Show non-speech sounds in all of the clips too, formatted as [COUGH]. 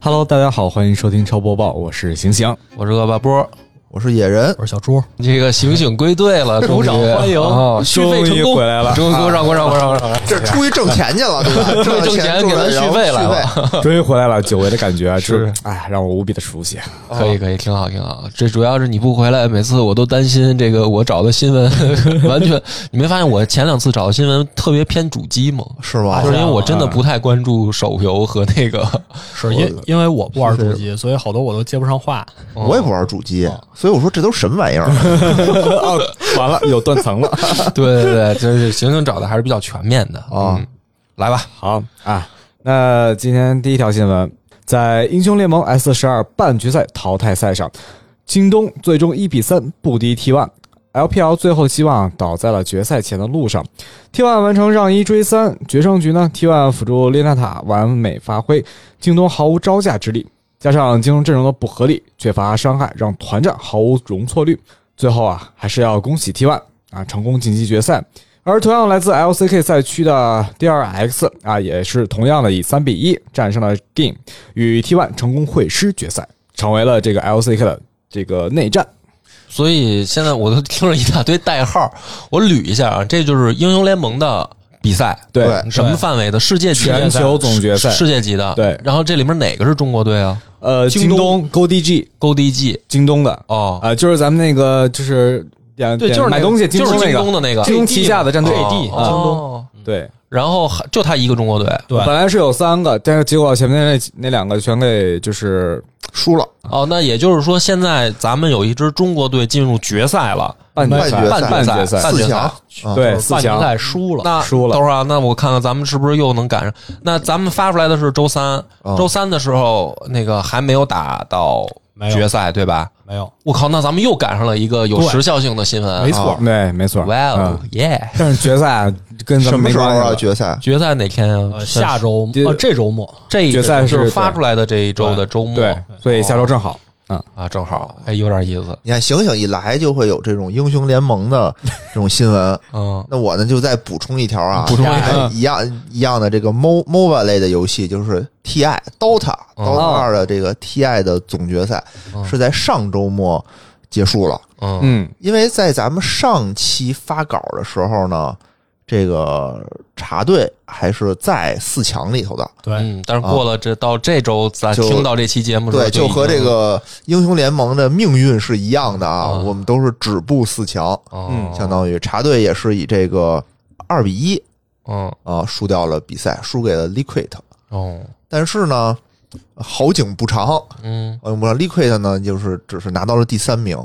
Hello，大家好，欢迎收听超播报，我是行 [LAUGHS] 行。我是恶霸波，我是野人，我是小猪，这个醒醒归队了，鼓掌终于欢迎哦， [LAUGHS] 续费终于成功回来了 [LAUGHS] 终于鼓掌鼓掌鼓掌鼓掌！这出去挣钱去 [LAUGHS] 了，对吧？挣了挣钱给咱了续然后费来了续费终于回来了，久违的感觉啊，就是是哎，让我无比的熟悉。啊可以可以，挺好挺好。这主要是你不回来，每次我都担心这个我找的新闻 [LAUGHS] 完全，你没发现我前两次找的新闻特别偏主机吗？是吗啊就？是因为我真的不太关注手游和那 [LAUGHS] 个，是因因为我不玩主机，所以好多我都接不上话。我也不玩主机，哦所以我说这都什么玩意儿？嗯哦，完了，有断层了。对对对，就是行行找的还是比较全面的啊嗯来吧，好啊，那今天第一条新闻，在英雄联盟 S 十二半决赛淘汰赛上，京东最终一比三不敌 T1。LPL 最后希望倒在了决赛前的路上，T1 完成让一追三，决胜局呢，T1 辅助列娜塔完美发挥，京东毫无招架之力，加上京东阵容的不合理，缺乏伤害，让团战毫无容错率。最后啊，还是要恭喜 T1 啊，成功晋级决赛。而同样来自 LCK 赛区的 DRX 啊，也是同样的以三比一战胜了 Game，与 T1 成功会师决赛，成为了这个 LCK 的这个内战。所以现在我都听了一大堆代号，我捋一下啊，这就是英雄联盟的比赛，对，对什么范围的世界级全球总决赛世界级的对然后这里面哪个是中国队啊？呃，京京东 GoDG 勾 DG 京东的，哦，呃，就是咱们那个就是点对，点就是那买个东西就是东那京个东的那个京东旗下的战队 AD 啊京东哦对，然后还就他一个中国队。对本来是有三个，但是结果前面那那两个全给就是输了哦，那也就是说，现在咱们有一支中国队进入决赛了，半半决赛决赛半决半决四赛强，啊对就是半决赛输了，那输了等会儿啊，那我看看咱们是不是又能赶上？那咱们发出来的是周三，哦嗯周三的时候那个还没有打到没有决赛，对吧？没有我靠，那咱们又赶上了一个有对时效性的新闻。没错啊，对，没错。哇哦嗯，耶！ [LAUGHS] 但是决赛啊跟咱什们么没时候关系啊？了决赛？决赛哪天啊？呃，下周这呃这周末这一决赛是就是发出来的这一周的周末，对，哦所以下周正好。嗯，啊，正好，哎，有点意思，你看，醒醒一来就会有这种英雄联盟 [LAUGHS] 的这种新闻。嗯，那我呢就再补充一条啊，补充一哎条一样一样的这个 mo MOBA 类的游戏，就是 TI Dota 嗯 Dota 二的这个 TI 的总决赛嗯是在上周末结束了。嗯嗯，因为在咱们上期发稿的时候呢，这个茶队还是在四强里头的，对，嗯，但是过了这到这周，咱就听到这期节目的时候对，就和已经这个英雄联盟的命运是一样的啊，哦啊我们都是止步四强，嗯相当于茶队也是以这个二比一嗯啊输掉了比赛，输给了 Liquid，哦但是呢。好景不长，嗯呃我们 Liquid 呢，就是只是拿到了第三名，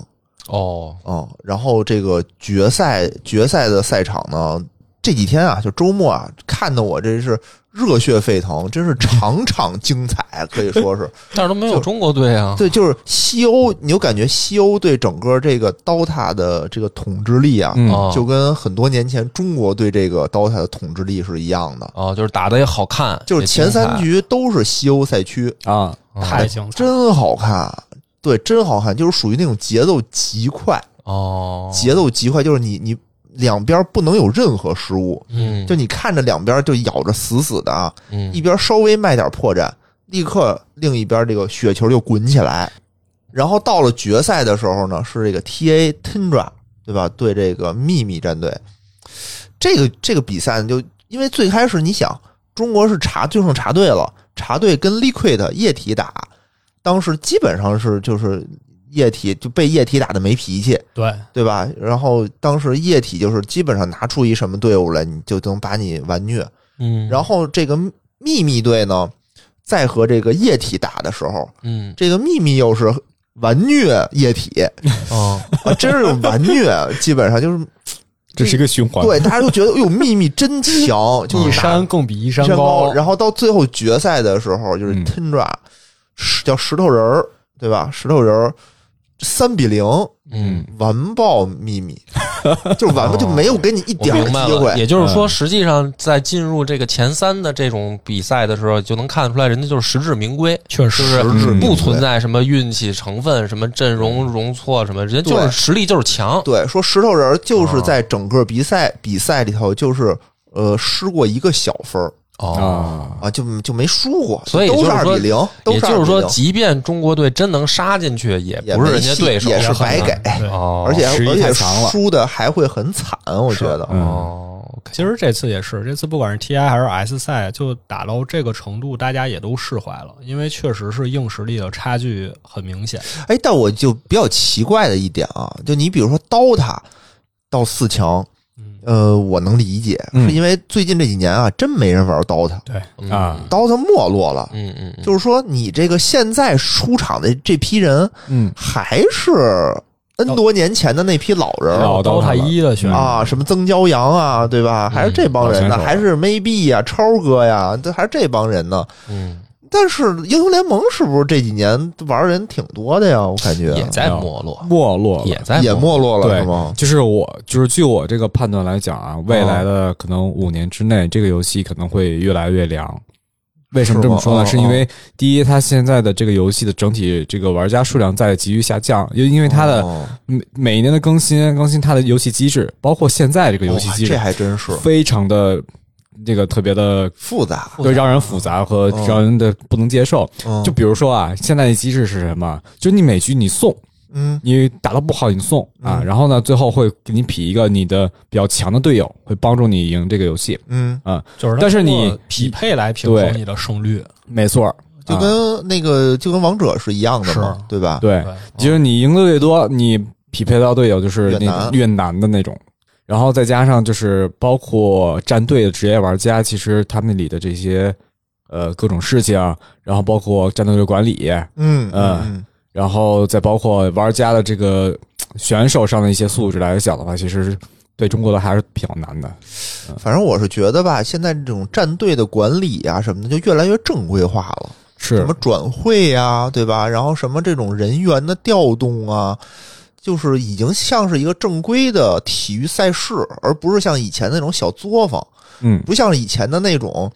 哦嗯，然后这个决赛决赛的赛场呢，这几天啊，就周末啊，看得我这是热血沸腾，真是场场精彩，可以说是但是都没有中国队啊，对，就是西欧，你就感觉西欧对整个这个 DOTA 的这个统治力啊，嗯哦就跟很多年前中国对这个 DOTA 的统治力是一样的，哦，就是打的也好看，就是前三也局都是西欧赛区，啊，精彩太精彩了，真好看。对，真好看，就是属于那种节奏极快，哦，节奏极快，就是你你两边不能有任何失误，嗯就你看着两边就咬着死死的啊，嗯一边稍微卖点破绽，立刻另一边这个雪球就滚起来。然后到了决赛的时候呢，是这个 TA Tundra 对吧？对这个秘密战队，这个这个比赛就因为最开始你想中国是茶就剩茶队了，茶队跟 Liquid 液体打，当时基本上是就是液体就被液体打的没脾气，对，对吧？然后当时液体就是基本上拿出一什么队伍来，你就能把你完虐。嗯，然后这个秘密队呢，再和这个液体打的时候，嗯这个秘密又是完虐液体，嗯哦啊，真是完虐，基本上 [LAUGHS] 就是这是一个循环。对大家都觉得，哎呦，秘密真 [LAUGHS] 强，就是打一山更比一一山山高，然后到最后决赛的时候，就是嗯 Tundra、石叫石头人儿，对吧？石头人儿三比零嗯。完爆秘密， [LAUGHS] 就是完爆哦就没有给你一我点儿明白机了，也会。嗯就是说，实际上在进入这个前三的这种比赛的时候，就能看出来，人家就是实至名归，确实是实至嗯名不归存在什么运气成分、什么阵容容错什么，人家就是嗯对实力就是强。对，说石啊头人儿就是在整个比赛比赛里头，就是呃失过一个小分儿，哦，啊，啊，就就没输过，所以都就是是二说比零，都也是2比就是说， 0即便中国队真能杀进去，也也不是没人家戏对手，也是很白难给，哦，而且实力而太且强了输的还会很惨，我觉得。嗯，哦，OK，其实这次也是，这次不管是 TI 还是 S 赛，就打到这个程度，大家也都释怀了，因为确实是硬实力的差距很明显。哎，但我就比较奇怪的一点啊，就你比如说刀塔到四强，嗯，呃，我能理解，嗯是因为最近这几年啊，真没人玩刀塔，对，嗯啊刀塔没落了。嗯嗯，嗯就是说，你这个现在出场的这批人，嗯，还是 N 多年前的那批老人儿老刀塔塔一的选手啊，什么曾骄阳啊，对吧？还是这帮人呢，嗯老选手还是 Maybe 呀、超哥呀，这还是这帮人呢。嗯但是英雄联盟是不是这几年玩儿人挺多的呀？我感觉也在没落，没落也了。在啊也没落了，对是吗？就是我，就是据我这个判断来讲哦啊，未来的可能五年之内，这个游戏可能会越来越凉。为什么这么说呢？是是吗哦因为第一，它现在的这个游戏的整体这个玩家数量在急剧下降，因因为它的哦每每年的更新，更新它的游戏机制，包括现在这个游戏哇机哦这制，还真是非常的这个特别的，复杂。就让人复杂和嗯让人的不能接受。嗯就比如说啊，现在的机制是什么？就是你每局你送，嗯你打得不好你送啊，嗯然后呢，最后会给你匹一个你的比较强的队友，会帮助你赢这个游戏。嗯，就是它但是你通过匹配来平对衡你的胜率，没错儿，就啊、跟那个就跟王者是一样的嘛是，对吧？对，对，就是你赢的越多，你匹配到队友就是越那难越难的那种。然后再加上就是包括战队的职业玩家，其实他们里的这些呃各种事情，然后包括战斗力管理，嗯嗯嗯然后再包括玩家的这个嘖选手上的一些素质来讲的话，其实对中国的还是比较难的。嗯，反正我是觉得吧，现在这种战队的管理啊什么的，就越来越正规化了。是什么转会呀、对吧？然后什么这种人员的调动啊，就是已经像是一个正规的体育赛事，而不是像以前那种小作坊，嗯，不像以前的那种，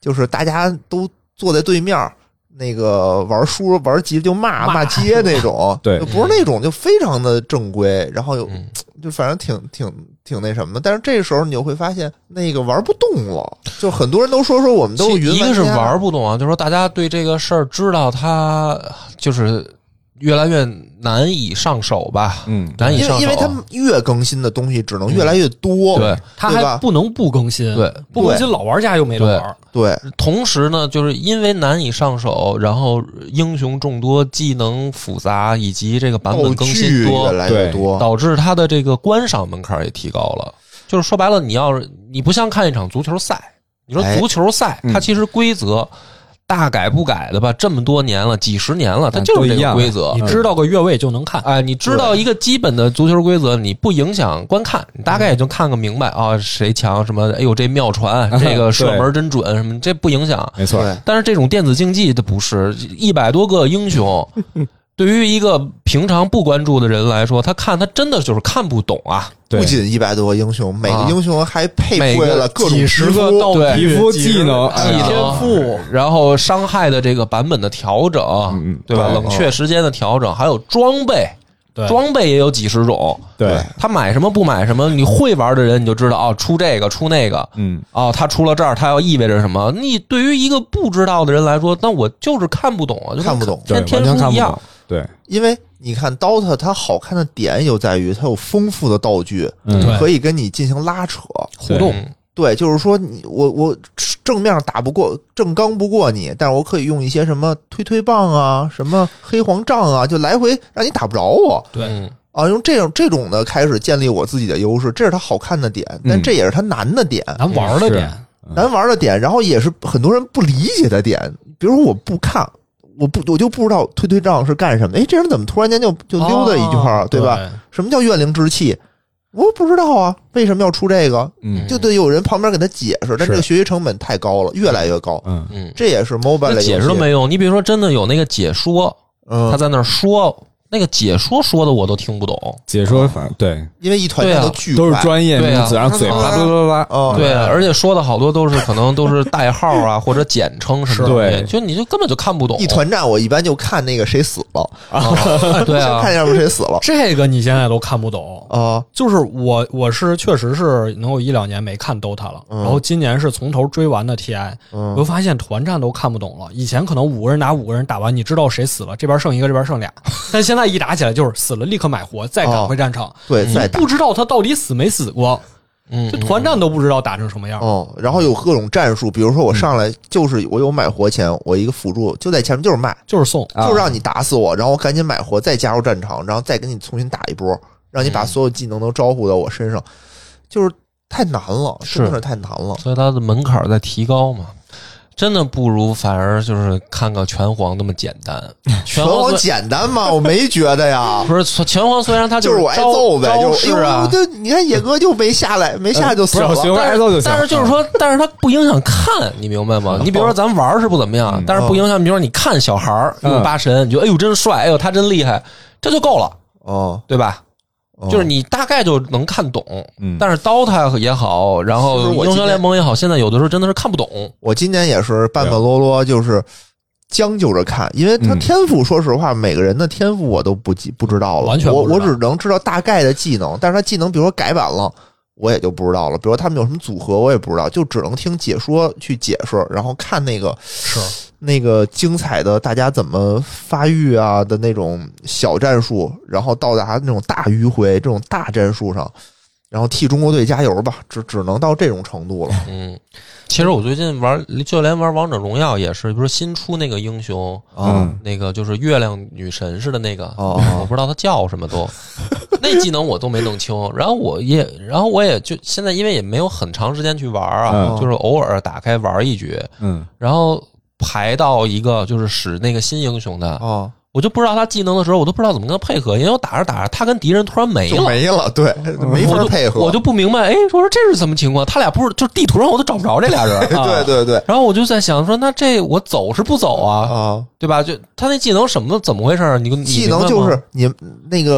就是大家都坐在对面。那个玩输玩急了就骂骂街那种，对就不是那种就非常的正规，然后有嗯就反正挺挺挺那什么的。但是这时候你就会发现，那个玩不动了，就很多人都说说我们都其是云一个是玩家玩儿不懂啊，就是说大家对这个事儿知道它就是越来越难以上手吧，嗯难以因上手，为嗯因为他们越更新的东西只能越来越多，对哦他对还吧不能不更新，对，不更新老玩家又没得玩儿，对同时呢，就是因为难以上手，然后英雄众多，技能复杂，以及这个版本更道新具越多，来越多，导致它的这个观赏门槛也提高了。就是说白了，你要是你不像看一场足球赛，你说哎足球赛、嗯它其实规则大改不改的吧？这么多年了，几十年了，哎它嗯就是都这一个样规则你。知道个越位就能看，哎，你知道一个基本的足球规则，你不影响观看，你大概也就看个明白啊，谁强什么？哎呦，这妙传，这个 [LAUGHS] 射对门真准，什么这不影响。没错儿，对但是这种电子竞技它不是一百多个英 [LAUGHS] 雄，对于一个平常不关注的人来说，他看他真的就是看不懂啊。对不仅一百多个英雄，每个啊英雄还配每备个了各种几十皮个肤道对具皮肤几十技能个技天能赋，然后伤害的这个版本的调整，嗯嗯对吧？对冷却时间的调整，还有装备，对，装备也有几十种。对，他买什么不买什么，你会玩的人你就知道哦，出这个出那个。嗯，哦，他出了这儿，他要意味着什么？你对于一个不知道的人来说，那我就是看不懂啊，就跟看不懂对，天完全天看书一不样懂。，对，因为你看 DOTA 它好看的点就在于它有丰富的道具，嗯对可以跟你进行拉扯。互动，对，就是说你我我正面打不过，正刚不过你，但是我可以用一些什么推推棒啊，什么黑黄杖啊，就来回让你打不着我。对，嗯啊，用这种这种的开始建立我自己的优势，这是它好看的点，但嗯这也是它难的点，咱玩儿的是点，难玩的点，然后也是很多人不理解的点。比如说，我不看，我不我就不知道推推杖是干什么。哎，这人怎么突然间就就溜达一圈儿，哦对吧？？什么叫怨灵之气？我不知道啊，为什么要出这个？嗯就得有人旁边给他解释，但是这个学习成本太高了，越来越高。嗯嗯，这也是那 MOBA 类解释都游戏，没用。你比如说，真的有那个解说，嗯，他在那儿说，那个解说说的我都听不懂。解说反对因为一团对战啊都巨都是快专业对啊名词，然后嘴巴他叭说叭叭叭，哦，对，啊而且说的好多都是可能都是代号啊或者简称什么对的，就你就根本就看不懂。一团战我一般就看那个谁死了，啊， [LAUGHS] 对就啊，看要不谁死 [LAUGHS] 了这个你现在都看不懂。啊，就是我，我是确实是能有一两年没看 DOTA 了，嗯然后今年是从头追完的 TI，我就嗯，发现团战都看不懂了。以前可能五个人打五个人打完，你知道谁死了，这边剩一个，这边剩俩，但现在一打起来就是死了立刻买活，再赶回战场，对，哦再打不知道他到底死没死过，嗯，这团战都不知道打成什么样。哦，然后有各种战术，比如说我上嗯来就是我有买活前，我一个辅助就在前面就是卖，就是送，啊就让你打死我，然后我赶紧买活，再加入战场，然后再给你重新打一波，让你嗯把所有技能都招呼到我身上，就是太难了，是真的是太难了。所以它的门槛儿在提高嘛。真的不如反而就是看个拳皇那么简单。拳拳皇王虽简单吗？我没觉得 [LAUGHS] 呀，不是拳皇，虽然它就是是我挨揍呗，招就式啊，对，你看野哥就没下来，没下来就死不是学了。会挨揍就行。但是就是说，但是它不影响看，你明白吗？你比如说咱玩儿是不怎么样嗯，但是不影响。比如说你看小孩儿嗯用八神，你觉得哎呦真帅，哎呦他真厉害，这就够了，哦，对吧？哦就是你大概就能看懂。嗯但是 DOTA 也好，然是后不是我英今雄天联盟也好，现在有的时候真的是看不懂。我今年也是半半落落，就是将就着看，因为他嗯天赋，说实话，每个人的天赋我都不记不知道了，完全我不知我道只能知道大概的技能，但是他技能比如说改版了。我也就不知道了，比如他们有什么组合，我也不知道，就只能听解说去解释，然后看那个是那个精彩的大家怎么发育啊的那种小战术，然后到达那种大迂回这种大战术上，然后替中国队加油吧，只只能到这种程度了。嗯，其实我最近玩，就连玩王者荣耀也是，比如说新出那个英雄，嗯那个就是月亮女神似的那个，哦我不知道她叫什么 [LAUGHS] 都，那技能我都没弄清。然后我也，然后我也就现在因为也没有很长时间去玩啊，嗯就是偶尔打开玩一局，嗯然后排到一个就是使那个新英雄的，哦，我就不知道他技能的时候，我都不知道怎么跟他配合，因为我打着打着，他跟敌人突然没就了。没了，对，没我法就配合。我就不明白，哎，我说这是什么情况？他俩不是就是地图上我都找不着这俩人， [LAUGHS] 啊哎对对对然后我就在想说，那这我走是不走啊？啊，对吧？就他那技能什么的怎么回事儿？你你技明白能吗就是你那个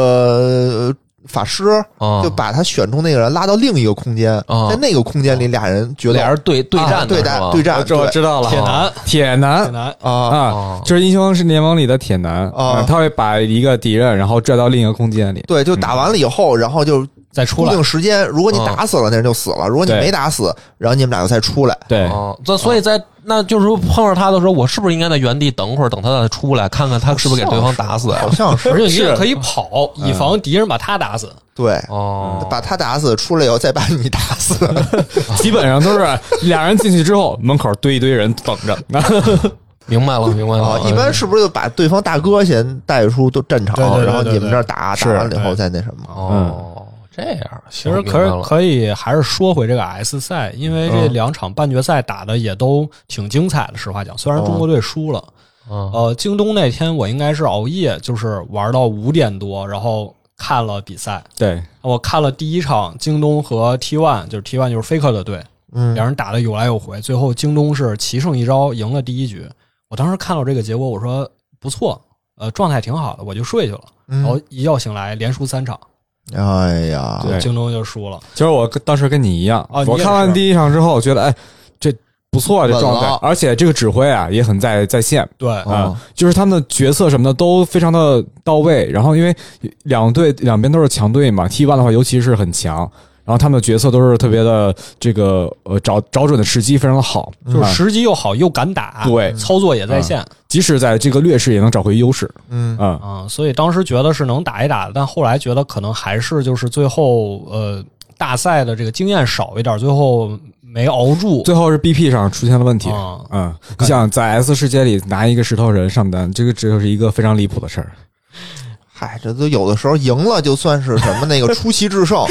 呃法师啊，就把他选中那个人拉到另一个空间，啊在那个空间里俩人决斗俩人对对啊战对的是战吧对战，这我知道了，啊铁男，铁铁男男，啊啊哦，就是英雄联盟里的铁男哦嗯他会把一个敌人然后拽到另一个空间里，对，就打完了以后，然后就再出固来定时间，如果你嗯打死了，那人就死了；如果你对没打死，然后你们俩就才出来。对，哦，这所以在那就是说碰上他的时候，我是不是应该在原地等会儿，等他再出来，看看他是不是给对啊方打死？啊好像是嗯而且你也可以跑，以防敌人把他打死。对，哦，把他打死，出来以后再把你打死。基本上都是俩人进去之后，门口堆一堆人等着。明白了，明白啊了。，一般是不是就把对方大哥先带出都战场对对，对然后对你们对这儿打，打是完了以后再那什么？嗯哦，这样其实可以可以还是说回这个 S 赛，因为嗯这两场半决赛打的也都挺精彩的。实话讲，虽然嗯中国队输了，哦，呃，京东那天我应该是熬夜，就是玩到五点多，然后看了比赛。对，我看了第一场京东和 T One，就是 T One 就是 Faker 的队，嗯两人打的有来有回，最后京东是棋胜一招赢了第一局。我当时看到这个结果，我说不错，呃，状态挺好的，我就睡去了。然后嗯，一觉醒来连输三场，哎呀，对京东就输了。就是我跟当时跟你一样，哦你我也是看完第一场之后，我觉得哎，这不错啊，这状态稳了，而且这个指挥啊也很在在线对，啊、哦就是他们的角色什么的都非常的到位。然后因为两队两边都是强队嘛，T1 的话尤其是很强，然后他们的角色都是特别的这个呃找找准的时机非常的好，就是啊时机又好又敢打，对操作也在线，即使在这个劣势也能找回优势，嗯，嗯。嗯，所以当时觉得是能打一打，但后来觉得可能还是就是最后呃大赛的这个经验少一点，最后没熬住。最后是 BP 上出现了问题，啊嗯，你想在 S 世界里拿一个石头人上单，这个只有是一个非常离谱的事儿。嗨，这都有的时候赢了就算是什么那个出奇制胜，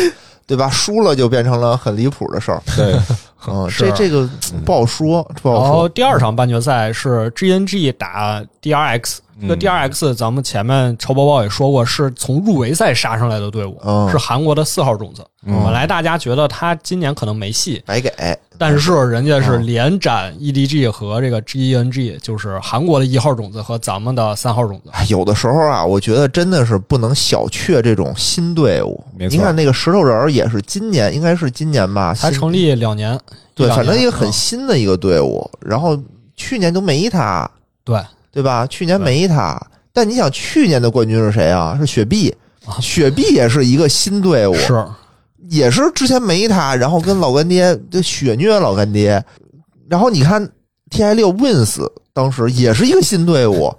对吧？输了就变成了很离谱的事儿。对，嗯，是这这个不好说，不然好后说。第二场半决赛是 GNG 打 DRX，、这个嗯 DRX 咱们前面超播报也说过，是从入围赛杀上来的队伍，嗯是韩国的四号种子。嗯本来大家觉得他今年可能没戏，白给，但是人家啊是连斩 EDG 和这个 GENG，就是韩国的一号种子和咱们的三号种子。哎有的时候啊，我觉得真的是不能小觑这种新队伍。没错你看那个石头人儿也是今年，应该是今年吧，才新成立两年，对，一两反正年一个很嗯新的一个队伍。然后去年都没他，对对吧？去年没他，但你想去年的冠军是谁啊？是雪碧啊，雪碧也是一个新队伍，是也是之前没他，然后跟老干爹就血虐老干爹。然后你看 T I 六 Wins 当时也是一个新队伍，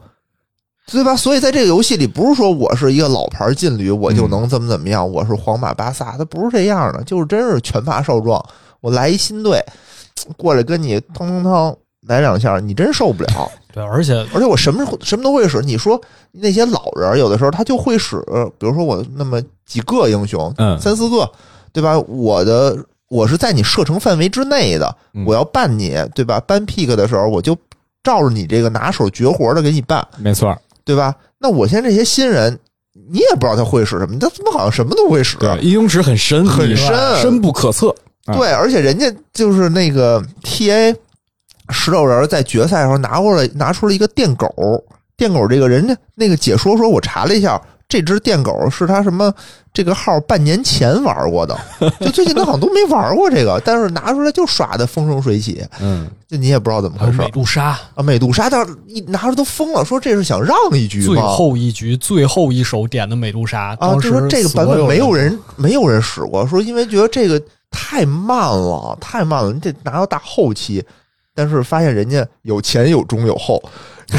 对吧？所以在这个游戏里，不是说我是一个老牌劲旅，我就能怎么怎么样，我是皇马、巴萨，它不是这样的，就是真是拳怕少壮。我来一新队过来跟你腾腾腾来两下，你真受不了。对，而且而且我什么什么都会使。你说那些老人儿有的时候他就会使，比如说我那么几个英雄，嗯三四个，对吧？我的我是在你射程范围之内的嗯，我要办你，对吧？搬 pick 的时候我就照着你这个拿手绝活的给你办，没错儿，对吧？那我现在这些新人，你也不知道他会使什么，他怎么好像什么都会使？啊对，英雄池很深，很你深深不可测。嗯啊对，而且人家就是那个 TA 石头人在决赛的时候拿过来拿出了一个电狗，电狗这个人家那个解说说我查了一下，这只电狗是他什么这个号半年前玩过 [LAUGHS] 的，就最近他好像都没玩过这个，但是拿出来就耍的风生水起，嗯，就你也不知道怎么还有回事美杜莎啊。美杜莎当时一拿出都疯了，说这是想让一局最吗？后一局最后一手点的美杜莎，啊，当就时说这个版所本没有人人没有人使过，说因为觉得这个太慢了，太慢了，你得拿到大后期。但是发现人家有前有中有后，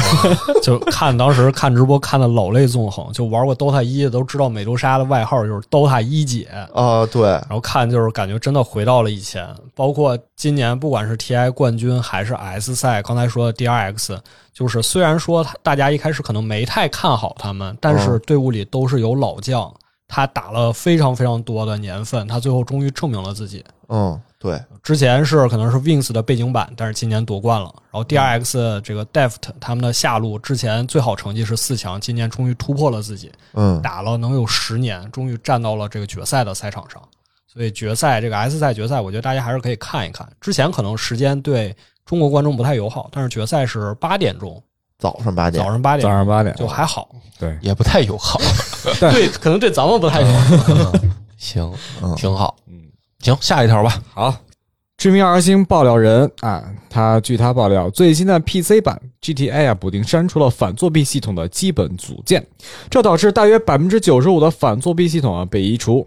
[LAUGHS] 就看当时看直播看的老泪纵横，就玩过 DOTA 一的都知道美杜莎的外号就是 DOTA 一姐。啊、对，然后看就是感觉真的回到了以前，包括今年不管是 TI 冠军还是 S 赛，刚才说的 DRX，就是虽然说他大家一开始可能没太看好他们，但是队伍里都是有老将，他打了非常非常多的年份，他最后终于证明了自己。嗯，对，之前是可能是 Wings 的背景板，但是今年夺冠了。然后 DRX 这个 Deft 他们的下路之前最好成绩是四强，今年终于突破了自己，嗯，打了能有十年，终于站到了这个决赛的赛场上。所以决赛这个 S 赛决赛，我觉得大家还是可以看一看。之前可能时间对中国观众不太友好，但是决赛是八点钟，早上八点早，上八早点上八点就还好。对，也不太友好。对，可能对咱们不太友好。行，嗯挺好。嗯，行，下一条吧。好。知名二星爆料人啊，他据他爆料，最新的 PC 版 GTA 啊补丁删除了反作弊系统的基本组件，这导致大约百分之九十五的反作弊系统啊被移除。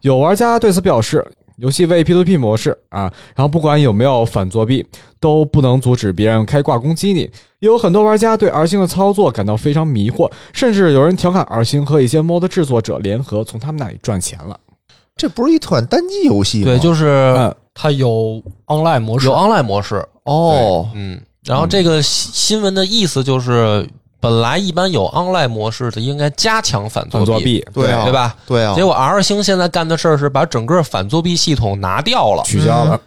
有玩家对此表示，游戏为 P2P 模式啊，然后不管有没有反作弊，都不能阻止别人开挂攻击你。也有很多玩家对 R 星的操作感到非常迷惑，甚至有人调侃 R 星和一些 MOD 制作者联合从他们那里赚钱了。这不是一款单机游戏吗？对，就是嗯，它有 online 模式有，online 模式。哦，嗯，然后这个新新闻的意思就是，本来一般有 online 模式的应该加强反反作作弊，弊对啊，对吧？对啊，结果 R 星现在干的事儿是把整个反作弊系统拿掉了。取消了，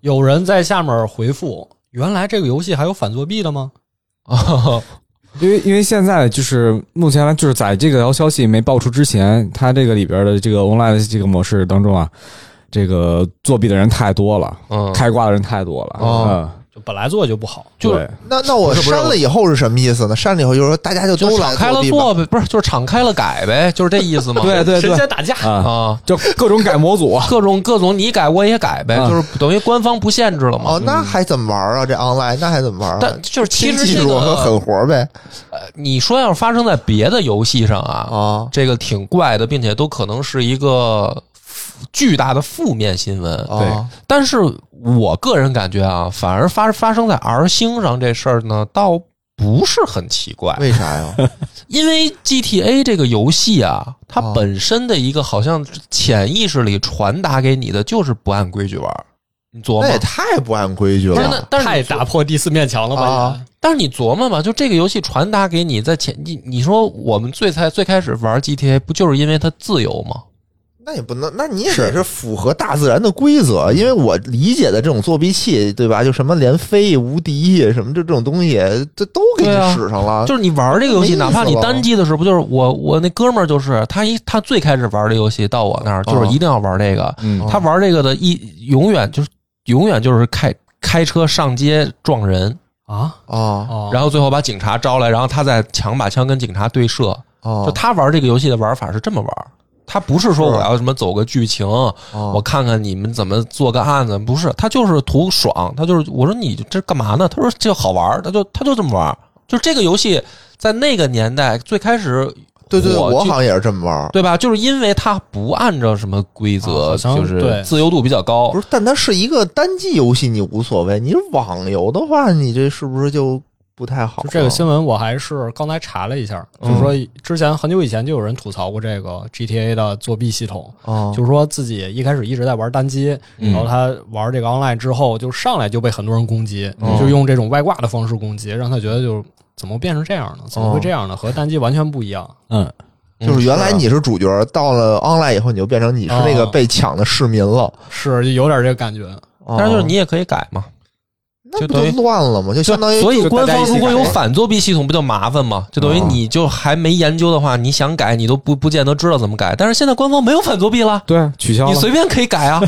有人在下面回复：“原来这个游戏还有反作弊的吗因为因为现在就是目前来就是在这个条消息没爆出之前，它这个里边的这个 online 的这个模式当中啊，这个作弊的人太多了，嗯，开挂的人太多了，哦嗯，？”就本来做就不好，就对那那我不是不是删了以后是什么意思呢？删了以后就是说大家就就都来敞开了地吧做呗，不是就是敞开了改呗，就是这意思嘛。对对神对仙打架。啊，啊，就各种改模组，啊各种各种你改我也改呗，嗯就是等于官方不限制了嘛。哦，那还怎么玩啊？这 online 那还怎么玩啊？嗯但就是其拼实技这术和个狠活呗呃你说要是发生在别的游戏上啊，啊，这个挺怪的，并且都可能是一个负巨大的负面新闻。啊但是我个人感觉啊，反而发发生在 R 星上这事儿呢，倒不是很奇怪，为啥 [LAUGHS] 呀？因为 GTA 这个游戏啊，它哦本身的一个好像潜意识里传达给你的就是不按规矩玩儿，你琢磨那。也太不按规矩不是那了。但是太你打破第四面墙了吧？啊但是你琢磨吧，就这个游戏传达给你在前，你你说我们最才最开始玩 GTA 不就是因为它自由吗？那也不能，那你也得是符合大自然的规则，啊因为我理解的这种作弊器，对吧？就什么连飞、无敌什么这这种东西，这都给你对啊使上了。就是你玩这个游戏，没意思哪怕你了单机的时候，不就是我我那哥们儿就是他一他最开始玩这游戏到我那儿，就是哦一定要玩这个，嗯他玩这个的一永远就是永远就是开开车上街撞人，啊，哦哦，然后最后把警察招来，然后他再抢把枪跟警察对射。就哦他玩这个游戏的玩法是这么玩，他不是说是我要什么走个剧情，我哦，看看你们怎么做个案子，不是，他就是图爽，他就是我说你这干嘛呢？他说这好玩，他就他就这么玩，就这个游戏在那个年代最开始。对对，对火我就好像也是这么玩儿。对吧？就是因为它不按照什么规啊则，好像就是对自由度比较高不。是，但它是一个单机游戏，你无所谓。你是网游的话，你这是不是就不太好就了？这个新闻我还是刚才查了一下，就是说之前很久以前就有人吐槽过这个 GTA 的作弊系统，哦，就是说自己一开始一直在玩单机，嗯然后他玩这个 online 之后，就上来就被很多人攻击，嗯就用这种外挂的方式攻击，让他觉得就怎么变成这样呢？怎么会这样呢？和单机完全不一样。嗯，就是原来啊你是主角，到了 online 以后，你就变成你是那个哦被抢的市民了。是就有点这个感觉，哦但是就是你也可以改嘛，那不就就等于乱了吗？就哦相当于所以就官大家方一起如果改有反作弊系统，不就麻烦吗？就等于哦你就还没研究的话，你想改你都不不见得知道怎么改。但是现在官方没有反作弊了，对，啊取消你了，随便可 [LAUGHS] 以改啊，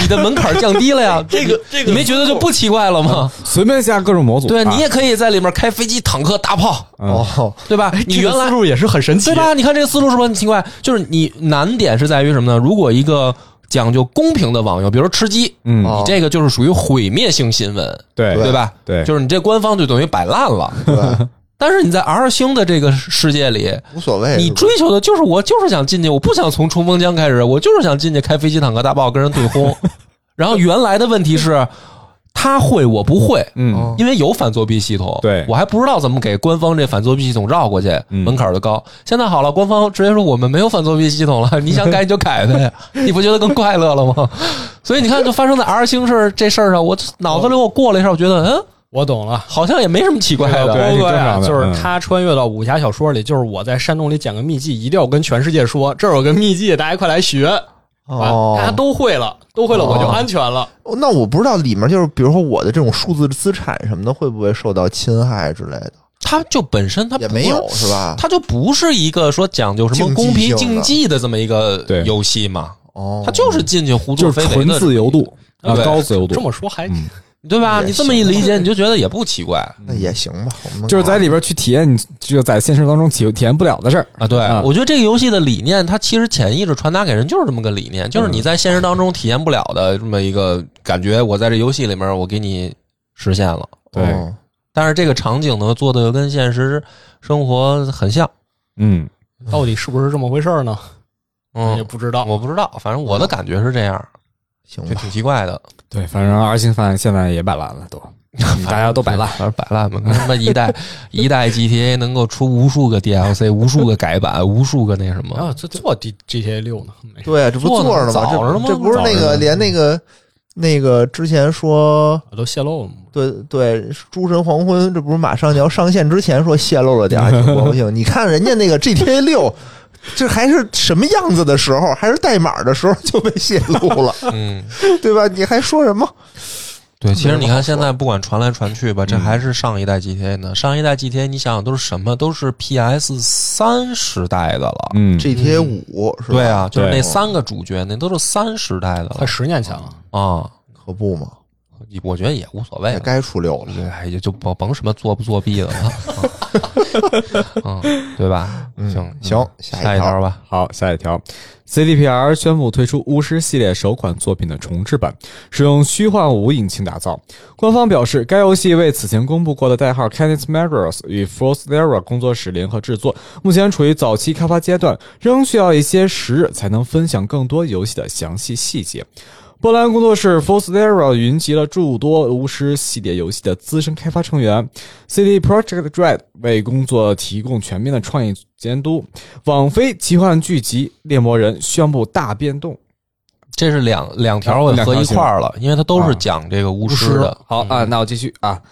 你的门槛降低了呀。 [LAUGHS] 这个这个，你没觉得就不奇怪了吗？随便下各种模组，啊对，啊你也也可以在里面开飞机、坦克、大炮，哦，哦，对吧？哎你原来路也是很神对吧？你看这个思路是不是很奇怪？就是你难点是在于什么呢？如果一个讲究公平的网游，比如说吃鸡，嗯，哦你这个就是属于毁灭性新闻，对对吧？对就是你这官方就等于摆烂了。对，但是你在 R 星的这个世界里，无所哎谓。你是吧追求的就是我就是想进去，我不想从冲锋枪开始，我就是想进去开飞机、坦克、大炮跟人对 [LAUGHS] 轰。然后原来的问题是，他会我不会，嗯哦因为有反作弊系统，对我还不知道怎么给官方这反作弊系统绕过去，嗯门槛儿就高。现在好了，官方直接说我们没有反作弊系统了，你想改你就 [LAUGHS] 改呗，你不觉得更快乐了吗？ [LAUGHS] 所以你看，就发生在 R 星事儿这事儿上，我脑子里给我过了一下，我觉得嗯，我懂了。好像也没什么奇怪这个的。对波挺哥正呀，常的就是嗯他穿越到武侠小说里，就是我在山洞里捡个秘籍，一定要跟全世界说，这儿有个秘籍，大家快来学。哦啊，大家都会了，都会了，我就安全了。哦那我不知道里面就是，比如说我的这种数字资产什么的，会不会受到侵害之类的？他就本身他也没有是吧？它就不是一个说讲究什么公平竞技的这么一个对游戏嘛，哦，它就是进去胡就作是非为纯的，自由度啊，对高自由这度，么说还嗯对吧？也你这么一理解，你就觉得也不奇怪那也行吧，我们啊就是在里边去体验你就在现实当中体体验不了的事儿，啊。对嗯，我觉得这个游戏的理念，它其实潜意识传达给人就是这么个理念，就是你在现实当中体验不了的这么一个感觉，我在这游戏里面我给你实现了，对哦但是这个场景呢做的又跟现实生活很像，嗯，到底是不是这么回事儿呢？也嗯。不知道。我不知道，反正我的感觉是这样，行就吧，挺奇怪的。对，反正 R 星饭现在也摆烂了，都嗯大家都摆烂，反正摆烂吧。跟他妈一 [LAUGHS] 代一代 GTA 能够出无数个 DLC，无数个改版，无数个那什然么。后啊这做 D GTA 六呢？没事，对，这不做呢坐着呢早着呢吗？吗这这不是那早着个呢连那个那个之前说我都泄露了嘛。对对《诸神黄昏》，这不是马上就要上线之前说泄露了点儿， [LAUGHS] 挺不行。你看人家那个 GTA 六，这还是什么样子的时候，还是代码的时候就被泄露了，嗯，对吧？你还说什么？ [LAUGHS] 对，其实你没什么好看现在不管传来传去吧，这还是上一代 GTA 呢。上一代 GTA 你想想都是什么？都是 PS 三时代的了。嗯， GTA 五是吧？对啊，就是那对三个主角，那都是三时代的快了十年前了，啊。可不嘛，我觉得也无所谓也了，该出六了。哎，也就甭甭什么作不作弊的 [LAUGHS] 了，啊嗯，对吧？嗯行行嗯下一下一条条吧。好，下一条，CDPR 宣布推出巫师系列首款作品的重制版，是用虚幻五引擎打造。官方表示，该游戏为此前公布过的代号 Kenneth m a g e r s 与 Frostera 工作室联合制作，目前处于早期开发阶段，仍需要一些时日才能分享更多游戏的详细细节。波兰工作室 Fostera 云集了诸多巫师系列游戏的资深开发成员，CD Projekt Red 为工作提供全面的创意监督。网飞奇幻剧集《猎魔人》宣布大变动。这是两两条我合一块儿了，因为它都是讲这个巫师的。嗯好啊，那我继续啊。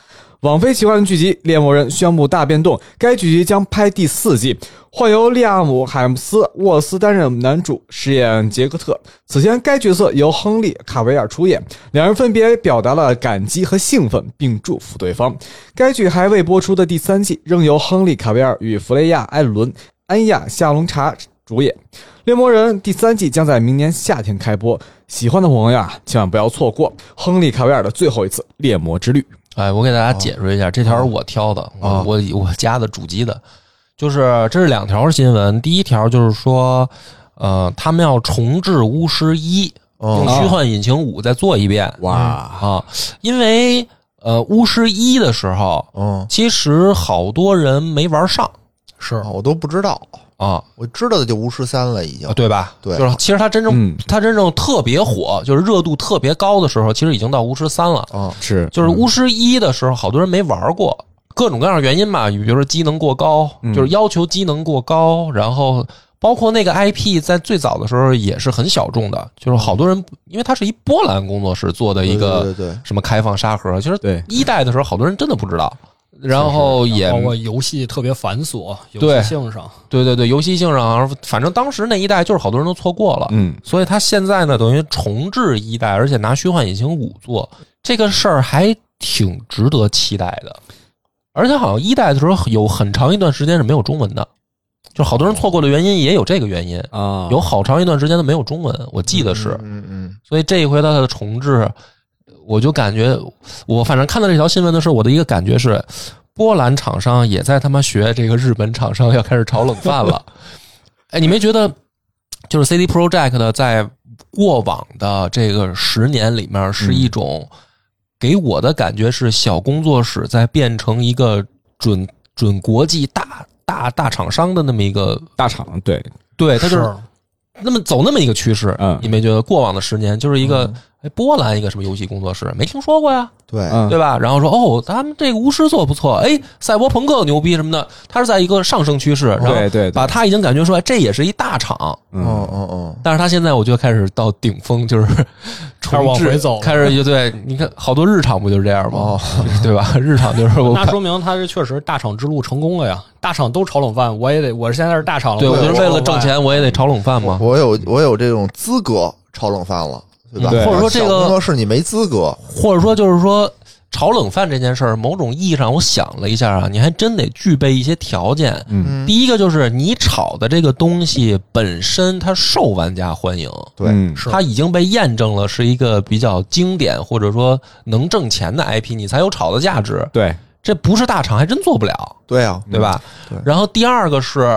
网飞奇幻剧集《猎魔人》宣布大变动，该剧集将拍第四季，换由利亚姆·海姆斯沃斯担任男主，饰演杰克特。此前，该角色由亨利·卡维尔出演，两人分别表达了感激和兴奋，并祝福对方。该剧还未播出的第三季，仍由亨利·卡维尔与弗雷亚·艾伦、安雅·夏隆查主演。《猎魔人》第三季将在明年夏天开播，喜欢的朋友啊，千万不要错过亨利·卡维尔的最后一次猎魔之旅。哎，我给大家解释一下，这条是我挑的，哦我我我加的主机的，就是这是两条新闻。第一条就是说，呃，他们要重置《巫师一》，用嗯虚幻引擎五再做一遍哇，啊，因为呃，《巫师一》的时候，嗯，其实好多人没玩上是啊我都不知道，啊，我知道的就巫师三了，已经啊，对吧？对就是其实它真正、嗯它真正特别火，就是热度特别高的时候，其实已经到巫师三了。啊，是就是巫师一的时候，好多人没玩过，各种各样的原因吧，比如说机能过高，嗯就是要求机能过高，然后包括那个 IP 在最早的时候也是很小众的，就是好多人因为它是一波兰工作室做的一对个对对什么开放沙盒，其实对一代的时候好多人真的不知道，然后也包括游戏特别繁琐，游对戏性上对对对，游戏性上反正当时那一代就是好多人都错过了，嗯，所以他现在呢，等于重置一代，而且拿虚幻引擎五做这个事儿，还挺值得期待的。而且好像一代的时候有很长一段时间是没有中文的，就好多人错过的原因也有这个原因，啊，有好长一段时间都没有中文，我记得是。嗯嗯所以这一回它的重置，我就感觉我反正看到这条新闻的时候，我的一个感觉是，波兰厂商也在他妈学这个日本厂商要开始炒冷饭了。 [LAUGHS] 哎，你没觉得就是 CD Project 在过往的这个十年里面是一种给我的感觉是小工作室在变成一个准准国际大大大厂商的那么一个，大厂对，对，它就是是那么走那么一个趋势，嗯你没觉得过往的十年就是一个、哎波兰一个什么游戏工作室没听说过呀，对，嗯，对吧？然后说哦，他们这个巫师做的不错，哎，赛博朋克牛逼什么的，它是在一个上升趋势，然后对对，对把它已经感觉出来，这也是一大厂，嗯嗯，嗯嗯，但是它现在我觉得开始到顶峰，就是 [LAUGHS] 开始往回走了开始就对，你看好多日厂不就是这样吗？哦 [LAUGHS] 对吧？日厂就是我那说明他是确实大厂之路成功了呀！大厂都炒冷饭，我也得，我是现在是大厂了，对我也就是得为炒了冷挣饭。钱，我也得炒冷饭嘛。嗯我有我有这种资格炒冷饭了，对嗯吧？对或者说这个小工作室你没资格，或者说就是说炒冷饭这件事儿，某种意义上我想了一下啊，你还真得具备一些条件。嗯，嗯，第一个就是你炒的这个东西本身它受玩家欢迎，对嗯是它已经被验证了是一个比较经典或者说能挣钱的 IP，你才有炒的价值。对，这不是大厂还真做不了，对啊，对吧？对然后第二个是。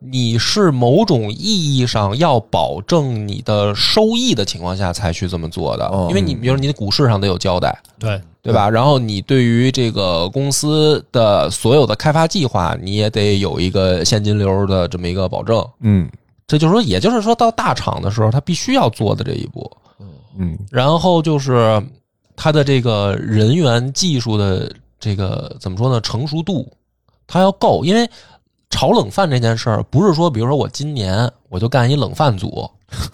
你是某种意义上要保证你的收益的情况下才去这么做的，哦因为你比如说你的股市上得有交代，对，对吧？然后你对于这个公司的所有的开发计划，你也得有一个现金流的这么一个保证。嗯这就是说，也就是说，到大厂的时候，他必须要做的这一步。嗯然后就是他的这个人员、技术的这个怎么说呢？成熟度，他要够。因为炒冷饭这件事儿，不是说，比如说我今年我就干一冷饭组， [LAUGHS]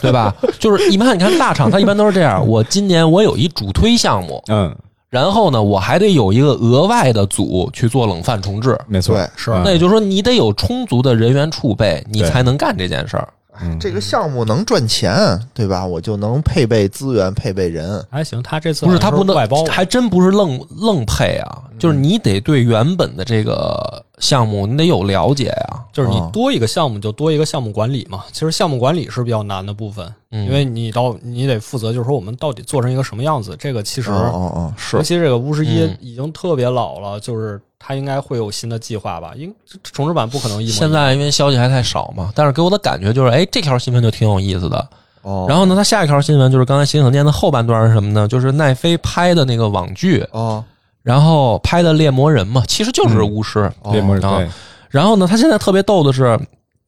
对吧？就是一般你看大厂，它一般都是这样。我今年我有一主推项目，嗯，然后呢，我还得有一个额外的组去做冷饭重置。没错，对，是嗯那也就是说，你得有充足的人员储备，你对才能干这件事儿。嗯这个项目能赚钱，对吧？我就能配备资源，配备人。还行，他这次不是好像他不能外包，还真不是愣愣配啊，就是你得对原本的这个项目你得有了解啊。就是你哦多一个项目就多一个项目管理嘛。其实项目管理是比较难的部分，嗯因为你到你得负责，就是说我们到底做成一个什么样子。这个其实，哦哦哦，是尤其这个巫师一嗯已经特别老了，就是他应该会有新的计划吧？因这重置版不可能一模一样现在因为消息还太少嘛，但是给我的感觉就是，哎，这条新闻就挺有意思的。哦，然后呢，它下一条新闻就是刚才新影店的后半段是什么呢？就是奈飞拍的那个网剧，哦，然后拍的《猎魔人》嘛，其实就是嗯巫师。猎魔人啊对，然后呢，他现在特别逗的是，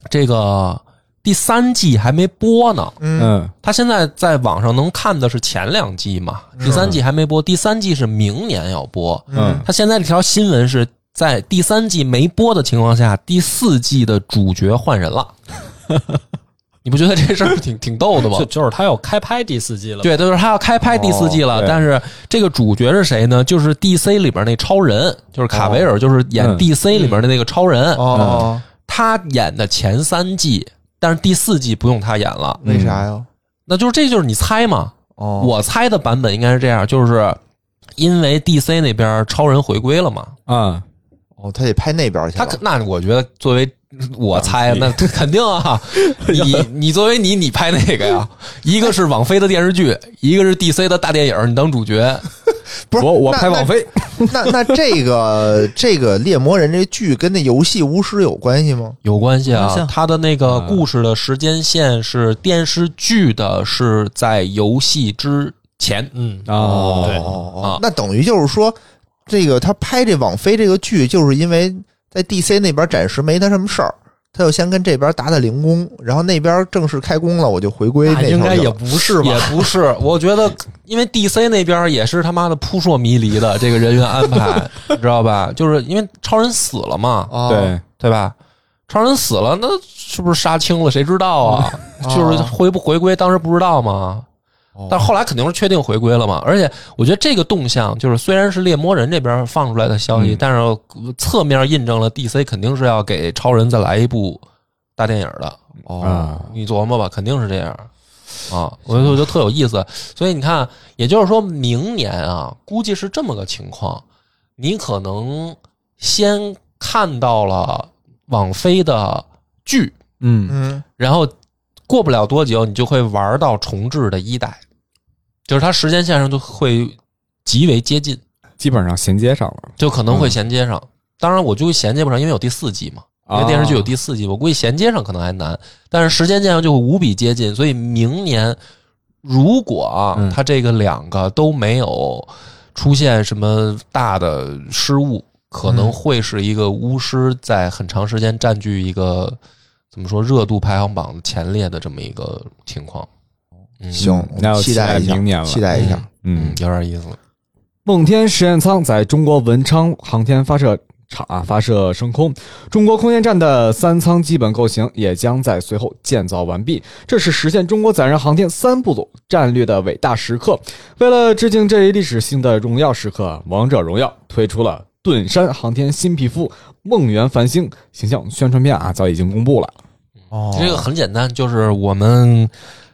这个第三季还没播呢。嗯嗯他现在在网上能看的是前两季嘛，第三季还没播，第三季是明年要播。嗯他现在这条新闻是在第三季没播的情况下，第四季的主角换 [LAUGHS] 人了。你不觉得这事儿挺挺逗的吗就？就是他要开拍第四季了。 [LAUGHS] 对，就是他要开拍第四季了，哦对但是这个主角是谁呢？就是 DC 里边那超人，就是卡维尔，就是演嗯 DC 里边的那个超人。哦哦，他演的前三季，但是第四季不用他演了。为啥呀？那就是这就是你猜嘛？哦，我猜的版本应该是这样，就是因为 DC 那边超人回归了嘛，啊，哦，他得拍那边去他了。可那我觉得作为我 [LAUGHS] 猜那肯定啊，你你作为你，你拍那个 [LAUGHS] 呀？一个是网飞的电视剧，一个是 DC 的大电影，你当主角，不是我我那拍网飞，那那 [LAUGHS] 这个这个猎魔人这剧跟那游戏巫师有关系吗？有关系有关系啊啊。它的那个故事的时间线是电视剧的，是在游戏之前。嗯，哦对啊那等于就是说，这个他拍这网飞这个剧，就是因为在 DC 那边暂时没他什么事儿，他就先跟这边打打零工，然后那边正式开工了，我就回归那那应头该去也了不是吧也？不是，我觉 [LAUGHS] 得，因为 DC 那边也是他妈的扑朔迷离的这个人员安 [LAUGHS] 排，你知道吧？就是因为超人死了嘛，哦对，对吧？超人死了，那是不是杀青了？谁知道啊？就是回不回归，当时不知道嘛。但后来肯定是确定回归了嘛。而且我觉得这个动向，就是虽然是猎魔人这边放出来的消嗯息，但是呃侧面印证了 DC 肯定是要给超人再来一部大电影的。嗯啊你琢磨吧，肯定是这样啊。我就觉得特有意思。所以你看，也就是说明年啊，估计是这么个情况，你可能先看到了网飞的剧，嗯嗯，然后过不了多久，你就会玩到重置的一代，就是它时间线上就会极为接近，基本上衔接上了，就可能会衔接上。当然，我就衔接不上，因为有第四季嘛，因为电视啊剧有啊第四季，我估计衔接上可能还难，但是时间线上就会无比接近。所以明年如果啊嗯，它这个两个都没有出现什么大的失误，可嗯能会是一个巫师在很长时间占据一个怎么说热度排行榜前列的这么一个情况。嗯，行，我那们要期期待待一下，明年了期待一下。嗯，嗯，有点意思。梦天实验舱在中国文昌航天发射场啊发射升空，中国空间站的三舱基本构型也将在随后建造完毕。这是实现中国载人航天三步走战略的伟大时刻。为了致敬这一历史性的荣耀时刻，王者荣耀推出了盾山航天新皮肤“梦圆繁星”形象宣传片啊，早已经公布了。哦这个很简单，就是我们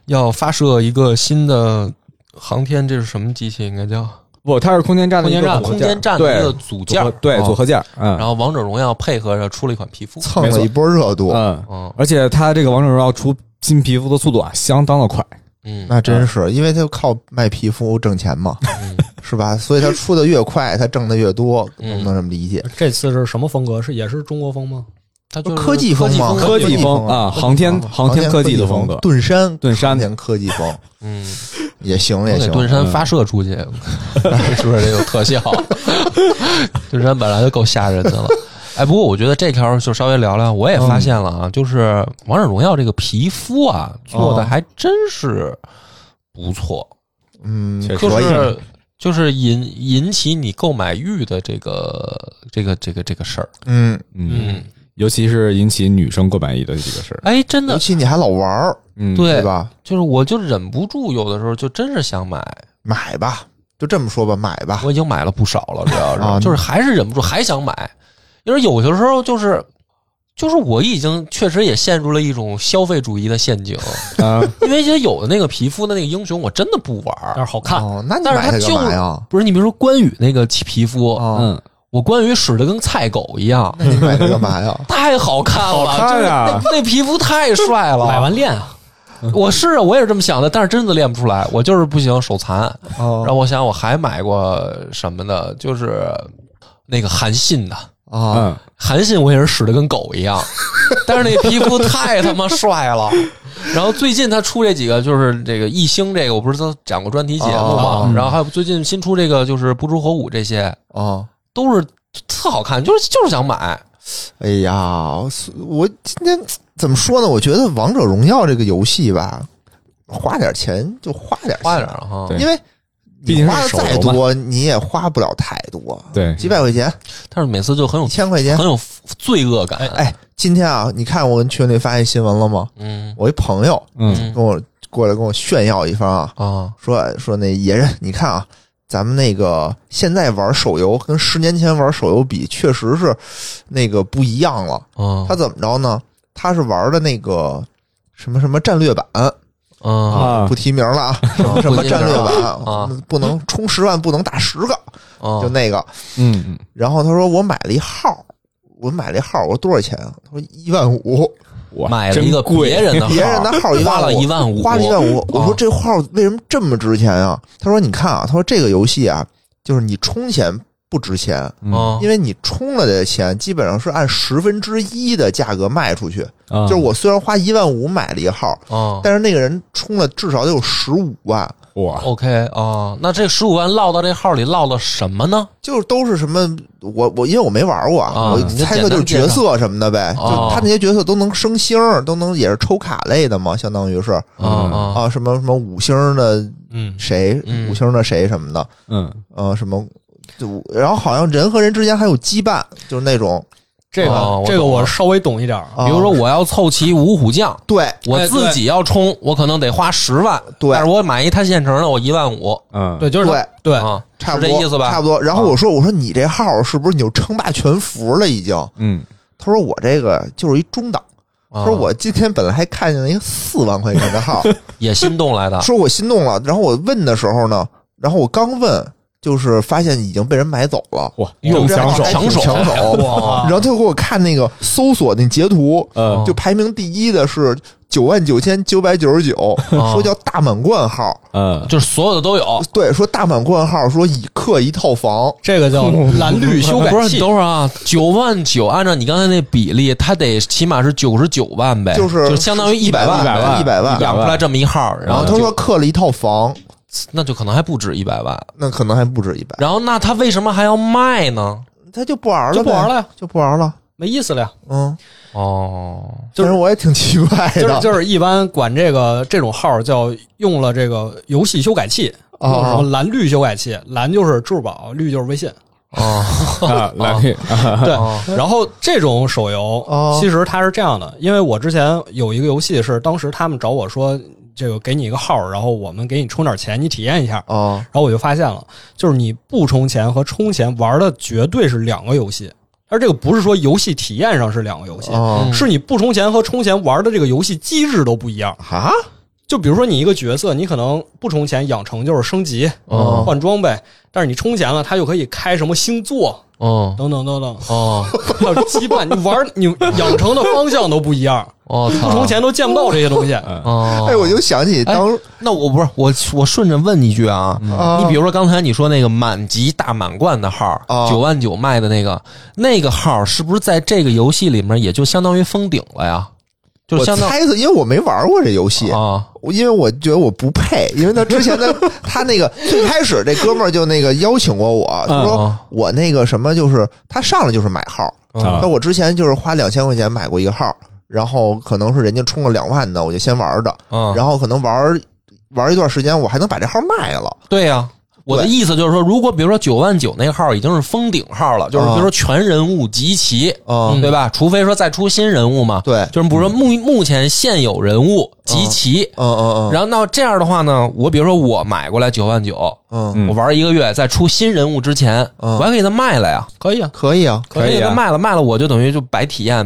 要发射一个新的航天，这是什么机器？应该叫不，它是空间站的一个空间站的一对个组组件合，对啊组合件儿，嗯，然后王者荣耀配合着出了一款皮肤，蹭了一波热度，嗯，嗯而且它这个王者荣耀出新皮肤的速度啊，相当的快。嗯，那真是，因为他就靠卖皮肤挣钱嘛，是吧？所以他出的越快，他挣的越多，嗯能不能这么理解？这次是什么风格？是也是中国风吗？它就是科技风嘛，科技风啊航天航航天科技的风格盾山盾山航天科技风嗯，也行我也给行，盾山发射出去，是不是得有特效？ [LAUGHS] 盾山本来就够吓人的了。哎，不过我觉得这条就稍微聊聊，我也发现了啊，就是王者荣耀这个皮肤啊，做的还真是不错，嗯，确实就可以是就是引引起你购买欲的这个这个这个这个事儿。嗯，嗯，，尤其是引起女生购买意的这个事儿。哎，真尤的，其你还老玩儿，嗯，对对吧？就是我就忍不住，有的时候就真是想买，买吧，就这么说吧，买吧，我已经买了不少了，主要是、 [LAUGHS] 啊就是还是忍不住还想买，因为有的时候就是就是我已经确实也陷入了一种消费主义的陷阱，啊，因为也有的那个皮肤的那个英雄我真的不玩但是儿，好看，哦，那你但是买它它就干嘛呀？啊不是你比如说关羽那个皮肤，啊，嗯，我关羽使的跟菜狗一 [LAUGHS] 样，那你买它干 [LAUGHS] 嘛呀？太好看了，好看呀就是那那皮肤太帅了，买完练啊，我是我也是这么想的，但是真的练不出来，我就是不行，手残。然哦后我想我还买过什么的，就是那个韩信的，啊，嗯，韩信我也是使的跟狗一样，但是那皮肤太他妈帅了。然后最近他出这几个就是这个一星这个，我不是都讲过专题节目哦嘛哦，然后还有最近新出这个就是不知火舞这些哦，都是特好看，就是就是想买。哎呀，我今天怎么说呢？我觉得《王者荣耀》这个游戏吧，花点钱就花点钱花点儿啊哈，对因为毕你竟是花的手游再嘛多，你也花不了太多，对，哦几百块钱、但是每次就很有一千块钱很。有罪恶感。哎，今天啊，你看我跟群里发一新闻了吗？嗯我一朋友嗯，跟我过来跟我炫耀一番啊，啊，说说那野人，你看啊，咱们那个现在玩手游跟十年前玩手游比，确实是那个不一样了。哦嗯他怎么着呢？他是玩的那个什么什么战略版，嗯啊不提名了啊，什么什么战略啊版，不能充十万不能打十个，哦嗯，就那个。嗯，然后他说我买了一号，我买了一号，我说多少钱啊？他说一万五，哇买了一个真贵别人的号，别人的号一万五啊花了一万五，花了一万五。我说啊这号为什么这么值钱啊？他说你看啊，他说这个游戏啊，就是你充钱不值钱，嗯啊，因为你充了的钱基本上是按十分之一的价格卖出去。哦啊就是我虽然花一万五买了一号，啊但是那个人充了至少得有十五万，哇， OK 啊，那这十五万落到这号里落了什么呢？就是都是什么我我因为我没玩过，啊我你就猜测就是角色什么的呗，简单介绍就他那些角色都能升星儿，都能也是抽卡类的嘛，相当于是啊啊啊什么什么五星的嗯，谁，嗯五星的谁什么的，嗯，呃什么。就然后好像人和人之间还有羁绊，就是那种，这个、哦我懂了这个我稍微懂一点儿。啊比如说我要凑齐五虎将，对我自己要充，我可能得花十万，对但是我买一摊现成的，我一万五，嗯，对，就是对，对啊，差不是多这意思吧？差不多。然后啊我说我说你这号是不是你就称霸全服了已经？嗯，他说我这个就是一中档。啊他说我今天本来还看见了一个四万块钱的号，也心动来的，说我心动了。然后我问的时候呢，然后我刚问，就是发现已经被人买走了。哦哇，我又这抢号手还，抢挺手抢手！哇 [LAUGHS] 然后他又给我看那个搜索那截图，呃哦哦就排名第一的是九万九千九百九十九，哦啊说叫大满贯号。 [LAUGHS] 呃，就是所有的都有。对，说大满贯号，说一克一套房。这个叫蓝绿修不改是，器。等会儿啊，九万九，按照你刚才那比例，它得起码是九十九万呗，就就是相当于一百100万， 100一百万。嗯养出来这么一号，然然后后他就说克了一套房，那就可能还不止一百万。那可能还不止一百，然后那他为什么还要卖呢？他就不玩了，就不玩了，呀，就不玩了。没意思了呀。嗯，哦，就是我也挺奇怪的，就是就是一般管这个这种号叫用了这个游戏修改器，哦用什么蓝绿修改器，蓝就是支付宝，绿就是微信。哦，啊，来品， [LAUGHS] 对，哦然后这种手游哦其实它是这样的，因为我之前有一个游戏是当时他们找我说，这个给你一个号，然后我们给你充点钱，你体验一下。哦，然后我就发现了，就是你不充钱和充钱玩的绝对是两个游戏，而这个不是说游戏体验上是两个游戏，哦嗯是你不充钱和充钱玩的这个游戏机制都不一样。啊，就比如说你一个角色，你可能不充钱养成就是升级、哦换装备，但是你充钱了，它就可以开什么星座哦等等等等，哦还有羁绊。你玩你养成的方向都不一样，哦，不充钱都见不到这些东西。哦，哎，我就想起当那我不是我我顺着问一句啊，嗯啊你比如说刚才你说那个满级大满贯的号啊，九万九卖的那个，那个号是不是在这个游戏里面也就相当于封顶了呀？就我相当猜测，因为我没玩过这游戏，啊我因为我觉得我不配，因为他之前的他那个最开始这哥们儿就那个邀请过我，他说啊我那个什么就是他上来就是买号，啊那我之前就是花两千块钱买过一个号，然后可能是人家充了两万的，我就先玩的，啊，然后可能玩玩一段时间，我还能把这号卖了，对呀、我的意思就是说，如果比如说九万九那号已经是封顶号了，嗯就是比如说全人物集齐，啊，对吧？除非说再出新人物嘛，对，就是比如说目目前现有人物集齐，嗯嗯嗯，然后那这样的话呢，我比如说我买过来九万九，嗯嗯我玩一个月，在出新人物之前，嗯我还可以再卖了呀，可以啊，可以啊，可以啊再卖了卖了，我就等于就白体验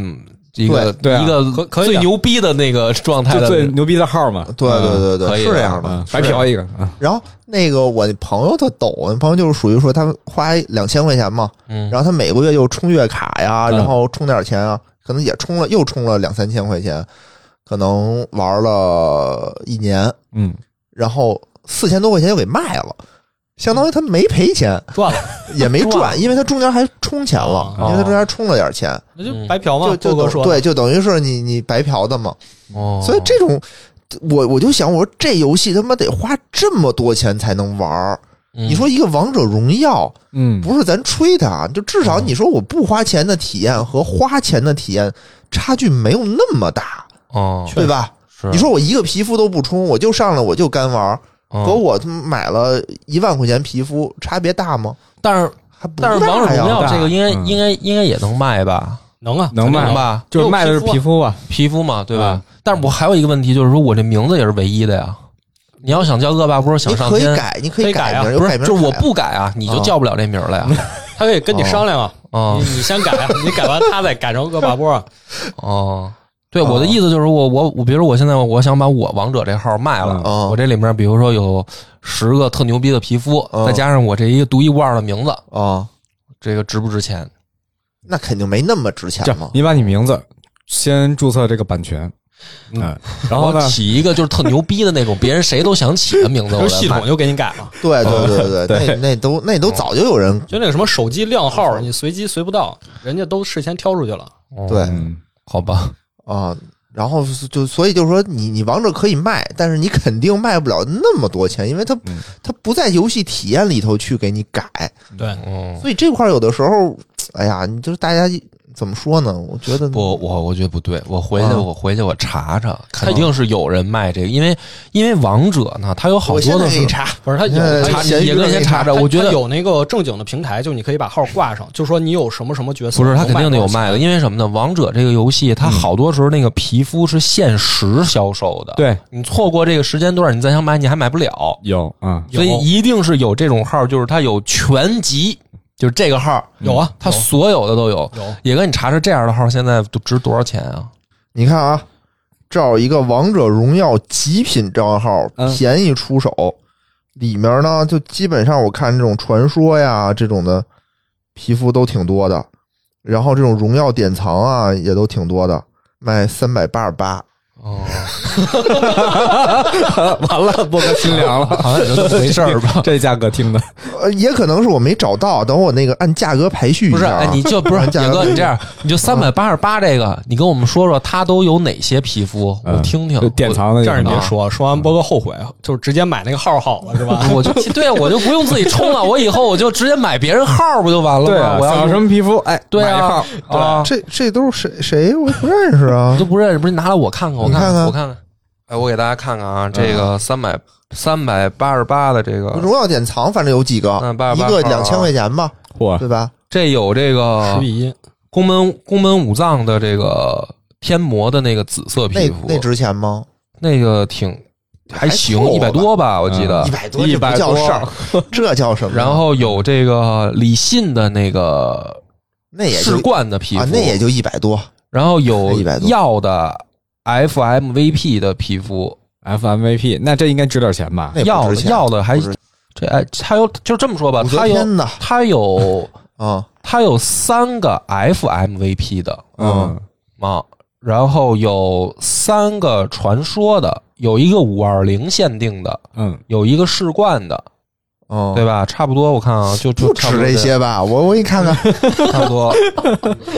一个对对啊一可个可以啊最牛逼的那个状态就的最牛逼的号嘛，对对对可以啊对，是的这样的，嗯，白嫖一个，嗯然后那个我朋友他抖，我朋友就是属于说他花两千块钱嘛，嗯然后他每个月又充月卡呀，嗯然后充点钱啊，可能也充了又充了两三千块钱，可能玩了一年，嗯，然后四千多块钱又给卖了。相当于他没赔钱，赚了，也没赚了赚，因为他中间还充钱了哦，因为他中间还充了点钱，那就白嫖嘛嗯就。郭就哥等说的，对，就等于是你你白嫖的嘛。哦，所以这种，我我就想，我说这游戏他妈得花这么多钱才能玩儿，嗯你说一个王者荣耀，嗯，不是咱吹它，就至少你说我不花钱的体验和花钱的体验差距没有那么大，哦，对吧？是你说我一个皮肤都不充，我就上来我就干玩儿，嗯和我他妈买了一万块钱皮肤差别大吗？但是还不但是王者荣大呀耀这个应该嗯应该应该也能卖吧？能啊，能卖能吧？就是卖的是皮嗯肤啊，皮肤嘛，对吧？但是我还有一个问题，就是说我这名字也是唯一的呀。你要想叫恶霸波，想你上可以天，改，你可可以以改改啊名，有不改是名就是我改啊不改啊，你就叫不了这名儿 [LAUGHS] 了呀。他可以跟你商量啊，啊嗯你你先改啊，你改完他再改成恶霸波啊。哦，对，我的意思就是我我我，比如说我现在我想把我王者这号卖了，嗯我这里面比如说有十个特牛逼的皮肤，嗯再加上我这一个独一无二的名字，啊，这个值不值钱？那肯定没那么值钱这样嘛，。你把你名字先注册这个版权，嗯嗯，然后呢我，起一个就是特牛逼的那种，别人谁都想起的名 [LAUGHS] 字，我就是来系卖统就给你改了，对对 [LAUGHS] 对对对，那那都那都早就有人就那个什么手机靓号，你随机随不到，人家都事先挑出去了。对嗯，好吧，啊。然后就所以就是说你，你王者可以卖，但是你肯定卖不了那么多钱，因为它、嗯它不在游戏体验里头去给你改，对，哦嗯，所以这块儿有的时候，哎呀，你就是大家怎么说呢？我觉得不，我我觉得不对，我回去啊我回去我查查，肯定是有人卖这个，因为因为王者呢，它有好我现多在的给你是查，不是他有呃他查，闲鱼也跟上先给查查，它我觉它得有那个正经的平台，就你可以把号挂上，就说你有什么什么角色，不是，它肯定得有能卖卖多少的，钱。因为什么呢？王者这个游戏，它好多时候那个皮肤是限时销售的，对，你错过这个时间段，你再想买你还买不了，有啊，有所以一定是有这种号，就是它有全集，就是这个号有啊，它有所有的都有。有野哥，你查查这样的号现在都值多少钱啊？你看啊，这儿有一个王者荣耀极品账号，嗯便宜出手，里面呢就基本上我看这种传说呀这种的皮肤都挺多的，然后这种荣耀典藏啊也都挺多的，卖三百八十八。哦，完了，波哥心凉了，。好像也就那么回事儿吧 [LAUGHS] 这价格听的，呃，也可能是我没找到，等我那个按价格排序 [LAUGHS] 一不是，下、啊。哎，你就不是价野格哥，对你这样，你就三百八十八这个，你跟我们说说它都有哪些皮肤，我嗯听听就。典藏的这样有你吗啊别说，嗯说完波哥后悔，就直接买那个号好了，是吧？我就对啊，我就不用自己充了，我以后我就直接买别人号不就完了吗？对啊，我要想什是么皮肤，哎，对买一啊号，啊，这这都是谁谁？我不认识啊 [LAUGHS] 我都。不认识，不是拿来我看看，我你看看看我看看。哎，我给大家看看啊，这个三百三百八十八的这个，荣耀典藏反正有几个那，88一个号啊两千块钱吧，嚯，对吧？这有这十个比一，宫本宫本武藏的这个天魔的那个紫色那皮肤，那值钱吗？那个挺还行还，凑合吧嗯一百多吧，我记得一。百多一这不百叫多事儿， [LAUGHS] 这叫什么呀？然后有这个李信的那个那也就世冠的皮肤，啊，那也就一百多。然后有100多药的 FMVP 的皮肤， FMVP，那这应该值点钱吧？那也要不的值钱要的还不值这哎，它有就这么说吧，武则它有天呢它有啊，它有三个 FMVP 的嗯，啊，然后有三个传说的，有一个五二零限定的，嗯，有一个世冠的，嗯，对吧？差不多，我看 [LAUGHS] 啊，就就不差不止多这些吧？我我给你看看，差不多。 [LAUGHS]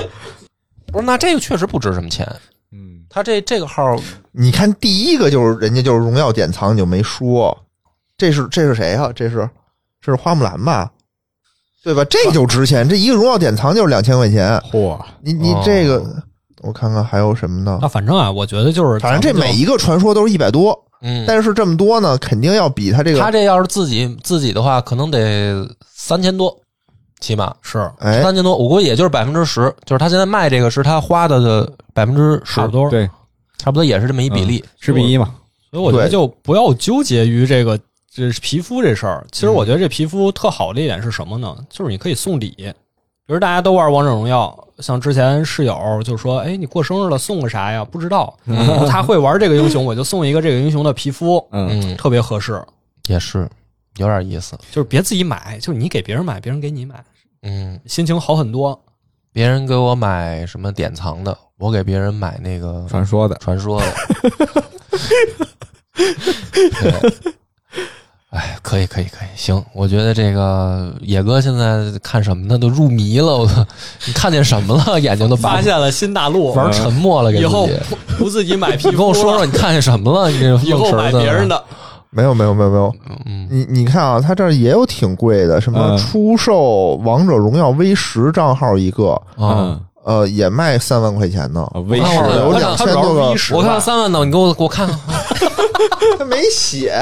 不是，那这个确实不值什么钱。嗯，他这这个号你看第一个就是人家就是荣耀典藏，你就没说，这是这是谁呀、这是这是花木兰吧？对吧？这就值钱，这一个荣耀典藏就是两千块钱。嚯，你你哦这个，我看看还有什么呢那？反正啊，我觉得就是咱反们正就，这每一个传说都是一百多，嗯，但是这么多呢，肯定要比他这他个这要是自己自己的话，可能得三千多，起码是哎，三千多，我估计也就是百分之十，就是他现在卖这个是他花的的百分之十差不，多。对，差不多也是这么一比例。十比一嘛，所以我觉得对就不要纠结于这个这是皮肤这事儿。嗯其实我觉得这皮肤特好的一点是什么呢？就是你可以送礼，比如大家都玩王者荣耀，像之前室友就说：“哎，你过生日了送个啥呀？”不知道，嗯他会玩这个英雄，我就送一个这个英雄的皮肤，嗯，嗯，特别合适。也是有点意思。就是别自己买，就是你给别人买，别人给你买，嗯，心情好很多。别人给我买什么典藏的，我给别人买那个传说的，传说 [LAUGHS] 的。对哎，可以，可以，可以，行。我觉得这个野哥现在看什么呢？都入迷了。我操你看见什么 [LAUGHS] 了？眼睛都拔发现了新大陆，玩沉默了，给以自 [LAUGHS] 后己。不不自己买皮肤你了，跟我说说，你看见什么了？你这以后买别人的， [LAUGHS] 的。没有没有没有没有，嗯，你你看啊，它这儿也有挺贵的，什么嗯出售《王者荣耀 V 十》账号一个，啊，嗯呃，也卖三万块钱呢，嗯，威那我士有我两他千哦主要多是个一，十，我看到三万呢，你给我 [LAUGHS] 给我看看。它没写，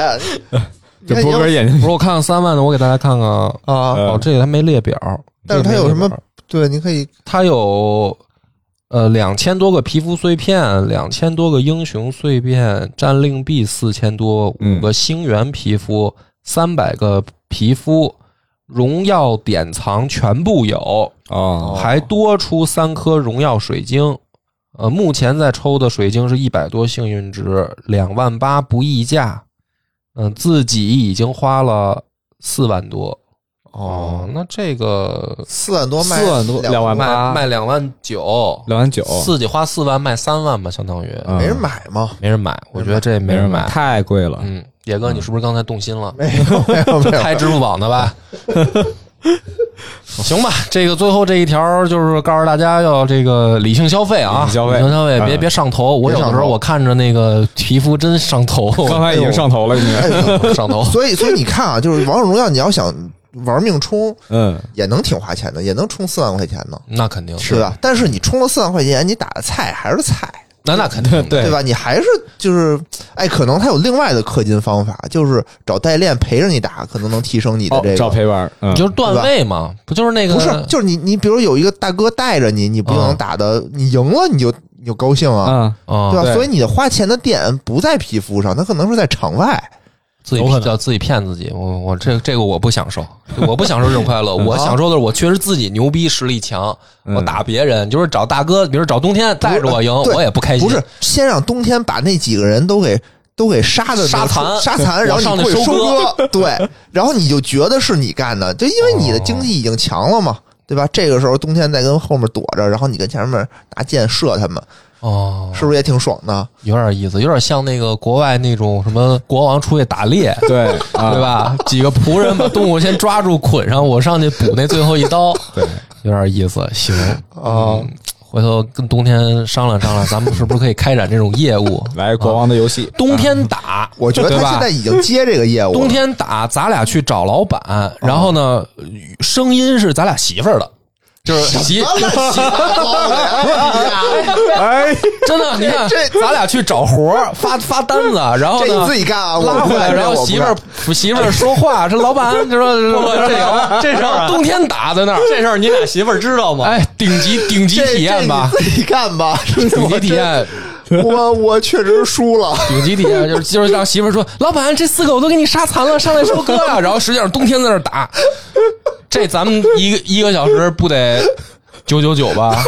你 [LAUGHS] 这看波哥也有眼睛不是，我看看三万的，我给大家看看。啊，哦，呃这个还没列表，但是它有什这个没么列表？对，你可以它有呃两千多个皮肤碎片，两千多个英雄碎片，战令币四千多，嗯五个星元皮肤，三百个皮肤，荣耀典藏全部有，哦，还多出三颗荣耀水晶。呃，目前在抽的水晶是一百多幸运值，两万呃八不议价。嗯、自己已经花了四万多，哦，那这个四万多卖四万多两万万八卖卖两万九，两万九，自己花四万卖三万吧，相当于嗯没人买吗？没人买，我觉得这没人人买，。太贵了。嗯，野哥，你是不是刚才动心了？没有没有没有， [LAUGHS] 开支付宝呢吧？ [LAUGHS] 行吧，这个最后这一条就是告诉大家要这个理性消费啊，理性消费嗯别别上头。我有别上的头时候我看着那个皮肤真上头，刚才已经上头了，你看， [LAUGHS] 上头。哎所以所以你看啊，就是王者荣耀，你要想玩命冲，嗯， [LAUGHS] 也能挺花钱的，也能充四万块钱呢，那肯定对，吧？但是你充了四万块钱，你打的菜还是菜，那那肯定的 [LAUGHS] 对对吧？你还是就是，哎，可能他有另外的氪金方法，就是找代练陪着你打，可能能提升你的哦这，找个。陪玩儿，嗯，就是段位嘛，不就是那个嗯不是，就是你你比如有一个大哥带着你，你不就能打的？你赢了你就你就高兴啊，嗯，啊对吧？对所以你的花钱的点不在皮肤上，它可能是在场外。自己有可能叫自己骗自己，我我这这个我不享受，我不享受这种 [LAUGHS] 快乐，我享受的是我确实自己牛逼，实力强，嗯我打别人就是找大哥，比如找冬天带着我赢，呃对我哎也不开心，不是，先让冬天把那几个人都给都给杀的杀残杀残，然我后上你去会收割，对， [LAUGHS] 然后你就觉得是你干的，就因为你的经济已经强了嘛，哦对吧？这个时候冬天再跟后面躲着，然后你跟前面拿箭射他们，哦，是不是也挺爽的？有点意思，有点像那个国外那种什么国王出去打猎，对，啊对？吧？几个仆人把动物先抓住捆上，我上去补那最后一 [LAUGHS] 刀，对，有点意思，行啊嗯回头跟冬天商量商量，咱们是不是可以开展这种业务？来国王的游戏，冬天打，我觉得对吧他现在已经接这个业务了，冬天 [LAUGHS] 打，咱俩去找老板，然后呢，声音是咱俩媳妇儿的，就是 [LAUGHS] 媳，哎，真的，你看，咱俩去找活儿，发发单子，然后这你呢自。己干啊，我拉回来，不干然这我后不媳妇干儿媳妇儿说话，这老板就说 [LAUGHS] 这个这事儿，啊冬天打在那儿，这事儿你俩媳妇儿知道吗？哎，顶级顶级这体验吧这，你自己 [LAUGHS] 干吧，顶级体验，我我确实输了。顶级体验就是就是让媳妇儿说，老板这四个我都给你杀残了，上来收割 [LAUGHS] 啊，然后实际上冬天在那儿打，这咱们 [LAUGHS] 一个一个小时不得九九九吧？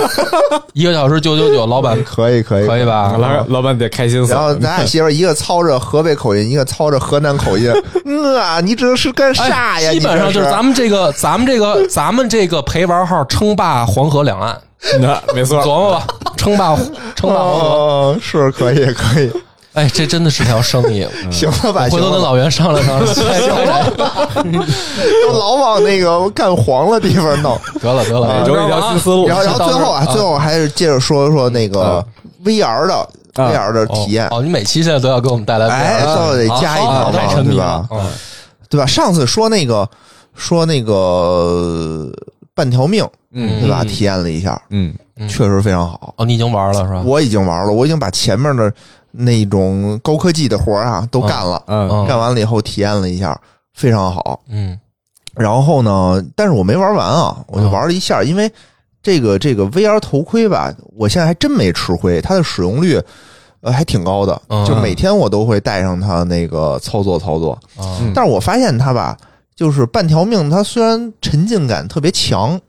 一个小时九九九，老板 [LAUGHS] 可以可以可以吧？老老板得开心死然后了，咱俩媳妇儿一个操着河北口音，一个操着河南口 [LAUGHS] 音。嗯啊，你这是干啥呀？哎？基本上你这就是咱们这个，咱们这个，咱们这个陪玩号称霸黄河两岸，那嗯没错琢，磨吧，称霸称霸黄河。哦，是可以可以，哎，这真的是条生意。行了吧？嗯回行头跟了吧，老袁商量商哎量。都老往那个干黄了地方 [LAUGHS] 弄。得了得哎了，有一条新思路然后然后到最时候后啊，最后还是接着说说那个 VR 的 VR 的体验啊哦。。哦你每期现在都要给我们带来啊哎，不最一样后得加一条好好太好嘛，沉对迷吧了？嗯对吧？上次说那个说那个呃半条命，嗯对吧？嗯体验了一下，嗯，嗯确实非常好。哦，你已经玩了是吧？我已经玩了，我已经把前面的那种高科技的活儿啊都干了，嗯嗯干完了以后体验了一下，非常好。嗯然后呢，但是我没玩完啊，我就玩了一下，因为这个这个 VR 头盔吧，我现在还真没吃亏，它的使用率。呃，还挺高的，嗯就每天我都会带上它那个操作操作。啊嗯但是我发现它吧，就是半条命，它虽然沉浸感特别强，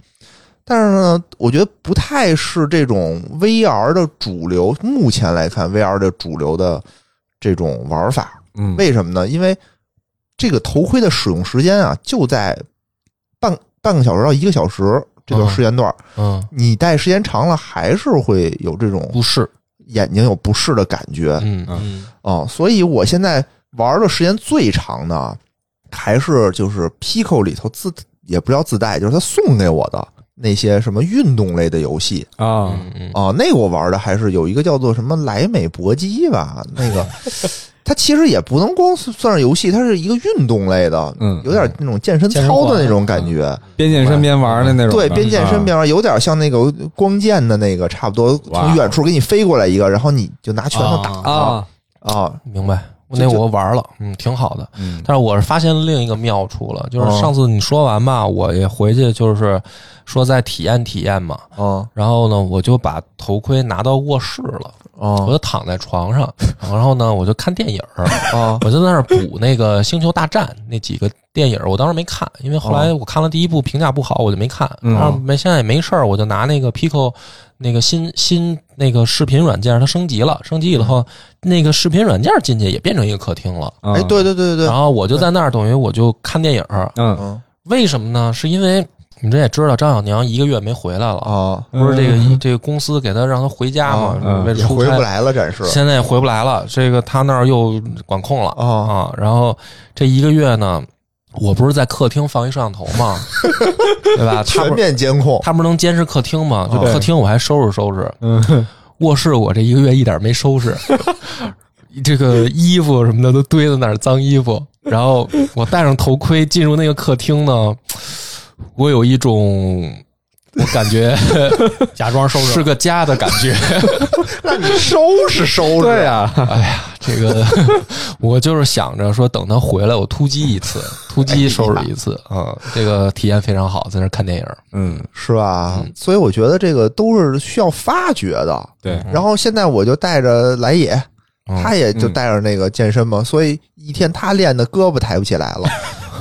但是呢，我觉得不太是这种 VR 的主流。目前来看，VR 的主流的这种玩法，嗯，为什么呢？因为这个头盔的使用时间啊，就在半半个小时到一个小时这段嗯时间段儿，嗯，你戴时间长了，还是会有这种不是，眼睛有不适的感觉。嗯嗯，哦，所以我现在玩的时间最长的啊还是就是 Pico 里头自也不叫自带，就是他送给我的那些什么运动类的游戏啊，嗯嗯啊、那个我玩的还是有一个叫做什么莱美搏击吧，那个它其实也不能光算是游戏，它是一个运动类的，嗯有点那种健身健身操环的那种感觉，边健身边玩的那种啊对的，，边健身边玩，有点像那个光剑的那个，差不多哇从远处给你飞过来一个，然后你就拿拳头打啊啊，啊，明白。就那我玩了，嗯，挺好的。嗯但是我是发现另一个妙处了，就是嗯上次你说完吧，我也回去就是说再体验体验嘛。啊然后呢，我就把头盔拿到卧室了，我啊就躺在床上，然后呢，我就看电影儿，啊！我就在那儿补那个《星球大战》那几个电影儿，我当时没看，因为后哦来我看了第一部评价不好，我就没看。嗯然后没现在也没事儿，我就拿那个 Pico 那个新新那个视频软件，它升级了，升级以后那个视频软件进去也变成一个客厅了。嗯哎哎，对，对对对对然，后我就在那儿，等于我就看电影儿，嗯嗯为什么呢？是因为你这也知道，张小娘一个月没回来了，啊，不是这个、嗯这个公司给她让她回家嘛，嗯嗯为了哦也出回差不，来了，暂时现在也回不来了。这个她那儿又管控了啊，啊，然后这一个月呢，我不是在客厅放一摄像头嘛，对吧？她全不是面监控她不是能监视客厅吗？就哦客厅我还收拾收拾，嗯，卧室我这一个月一点没收拾，这个衣服什么的都堆在那儿，脏衣服。然后我戴上头盔进入那个客厅呢，我有一种我感觉假装收拾是个家的感觉。那你 [LAUGHS] 收拾收拾，对啊呀，这个 [LAUGHS] 我就是想着说，等他回来我突击一 [LAUGHS] 次，突击收拾一次哎啊、嗯这个体验非常好，在那儿看电影。嗯，是吧？所以我觉得这个都是需要发掘的。对，然后现在我就带着来也，嗯他也就带着那个健身嘛，所以一天他练的胳膊抬不起来 [LAUGHS] 了，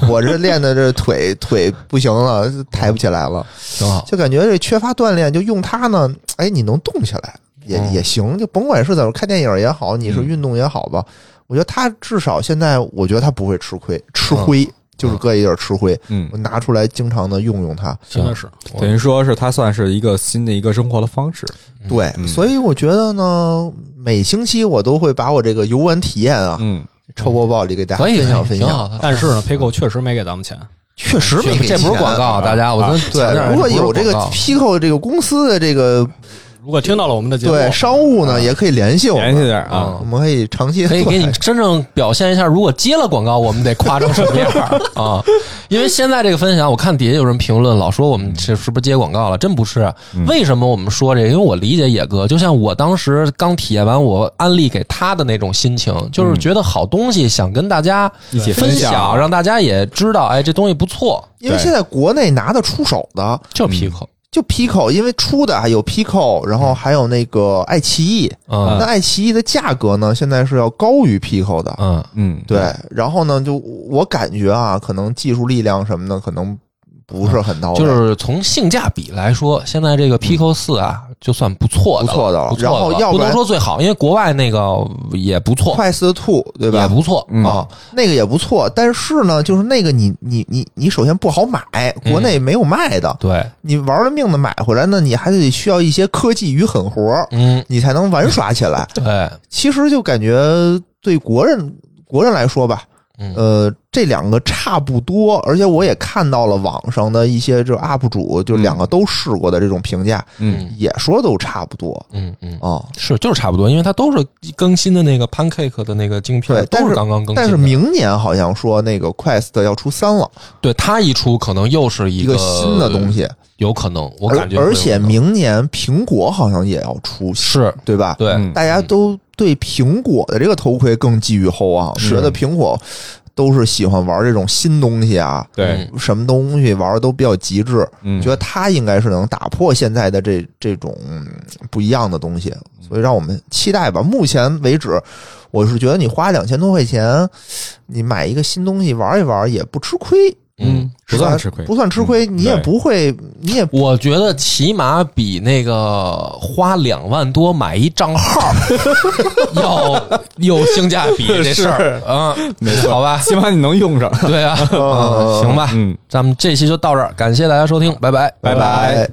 我这练的这腿腿不行了，抬不起来了，挺好。就感觉这缺乏锻炼，就用它呢，哎，你能动起来也嗯也行，就甭管是在那看电影也好，你是嗯运动也好吧，我觉得他至少现在，我觉得他不会吃亏，吃灰就是搁一地儿吃灰，嗯我，拿出来经常的用用它，真的是等于说是它算是一个新的一个生活的方式。嗯对，嗯所以我觉得呢，每星期我都会把我这个游玩体验啊，嗯，臭播报里给大家可以分享可以分挺享。好的。但是呢，Pico 确实没给咱们钱，确实没给这不是广告，啊钱啊大家，我真强调对，如果有这不是个广告啊 Pico 这个公司的这个如果听到了我们的节目，对商务呢，也可以联系我联们，系点儿啊，我们可以长 [LAUGHS] 期可以给你做真正表现一下，如果接了广告，我们得夸张什么样儿 [LAUGHS] 啊？因为现在这个分享，我看底下有人评论，老说我们这是不是接广告了？真不是。为什么我们说这个？因为我理解野哥，就像我当时刚体验完我安利给他的那种心情，就是觉得好东西想跟大家一起嗯分享，享，让大家也知道，哎，这东西不错，嗯因为对现在国内拿得出手的就 Pico。就 Pico，因为出的还有 Pico，然后还有那个爱奇艺，嗯那爱奇艺的价格呢，现在是要高于 Pico 的，嗯嗯，对。然后呢，就我感觉啊，可能技术力量什么的，可能不是很到位，就是从性价比来说，现在这个 Pico 四啊，就算不错的了，嗯不错的了不错的了然后要不不然能说最好，因为国外那个也不错，快四 Two 对吧？也不错，嗯啊，那个也不错，但是呢，就是那个你你你你首先不好买，嗯国内没有卖的，对，你玩了命的买回来呢，你还得需要一些科技与狠活儿，嗯，你才能玩耍起来。对，其实就感觉对国人国人来说吧，嗯呃，这两个差不多，而且我也看到了网上的一些这 UP 主，就两个都试过的这种评价，嗯，也说都差不多嗯嗯，啊。是就是差不多，因为它都是更新的那个 Pancake 的那个晶片对但都是刚刚更但是新的，明年好像说那个 Quest 要出三了，对它一出可能又是一一个新的东，西，有可能我而感觉会有而且可能明年苹果好像也要出，是对吧？对，嗯大家都对苹果的这个头盔更寄予厚望，是觉得苹果都是喜欢玩这种新东西啊，对，什么东西玩的都比较极致，嗯觉，得它应该是能打破现在的这这种嗯不一样的东西，嗯所以让我们期待吧。目前为止，我是觉得你花两千多块钱，你买一个新东西玩一玩也不吃亏，嗯。不算吃亏不，算吃亏，嗯你也对不会，你也我觉得起码比那个花两万多买一账号要有性价比这事儿啊，没错好 [LAUGHS] 吧，起码你能用上。对啊，啊行吧，嗯，咱们这期就到这儿，感谢大家收听，拜拜，拜拜。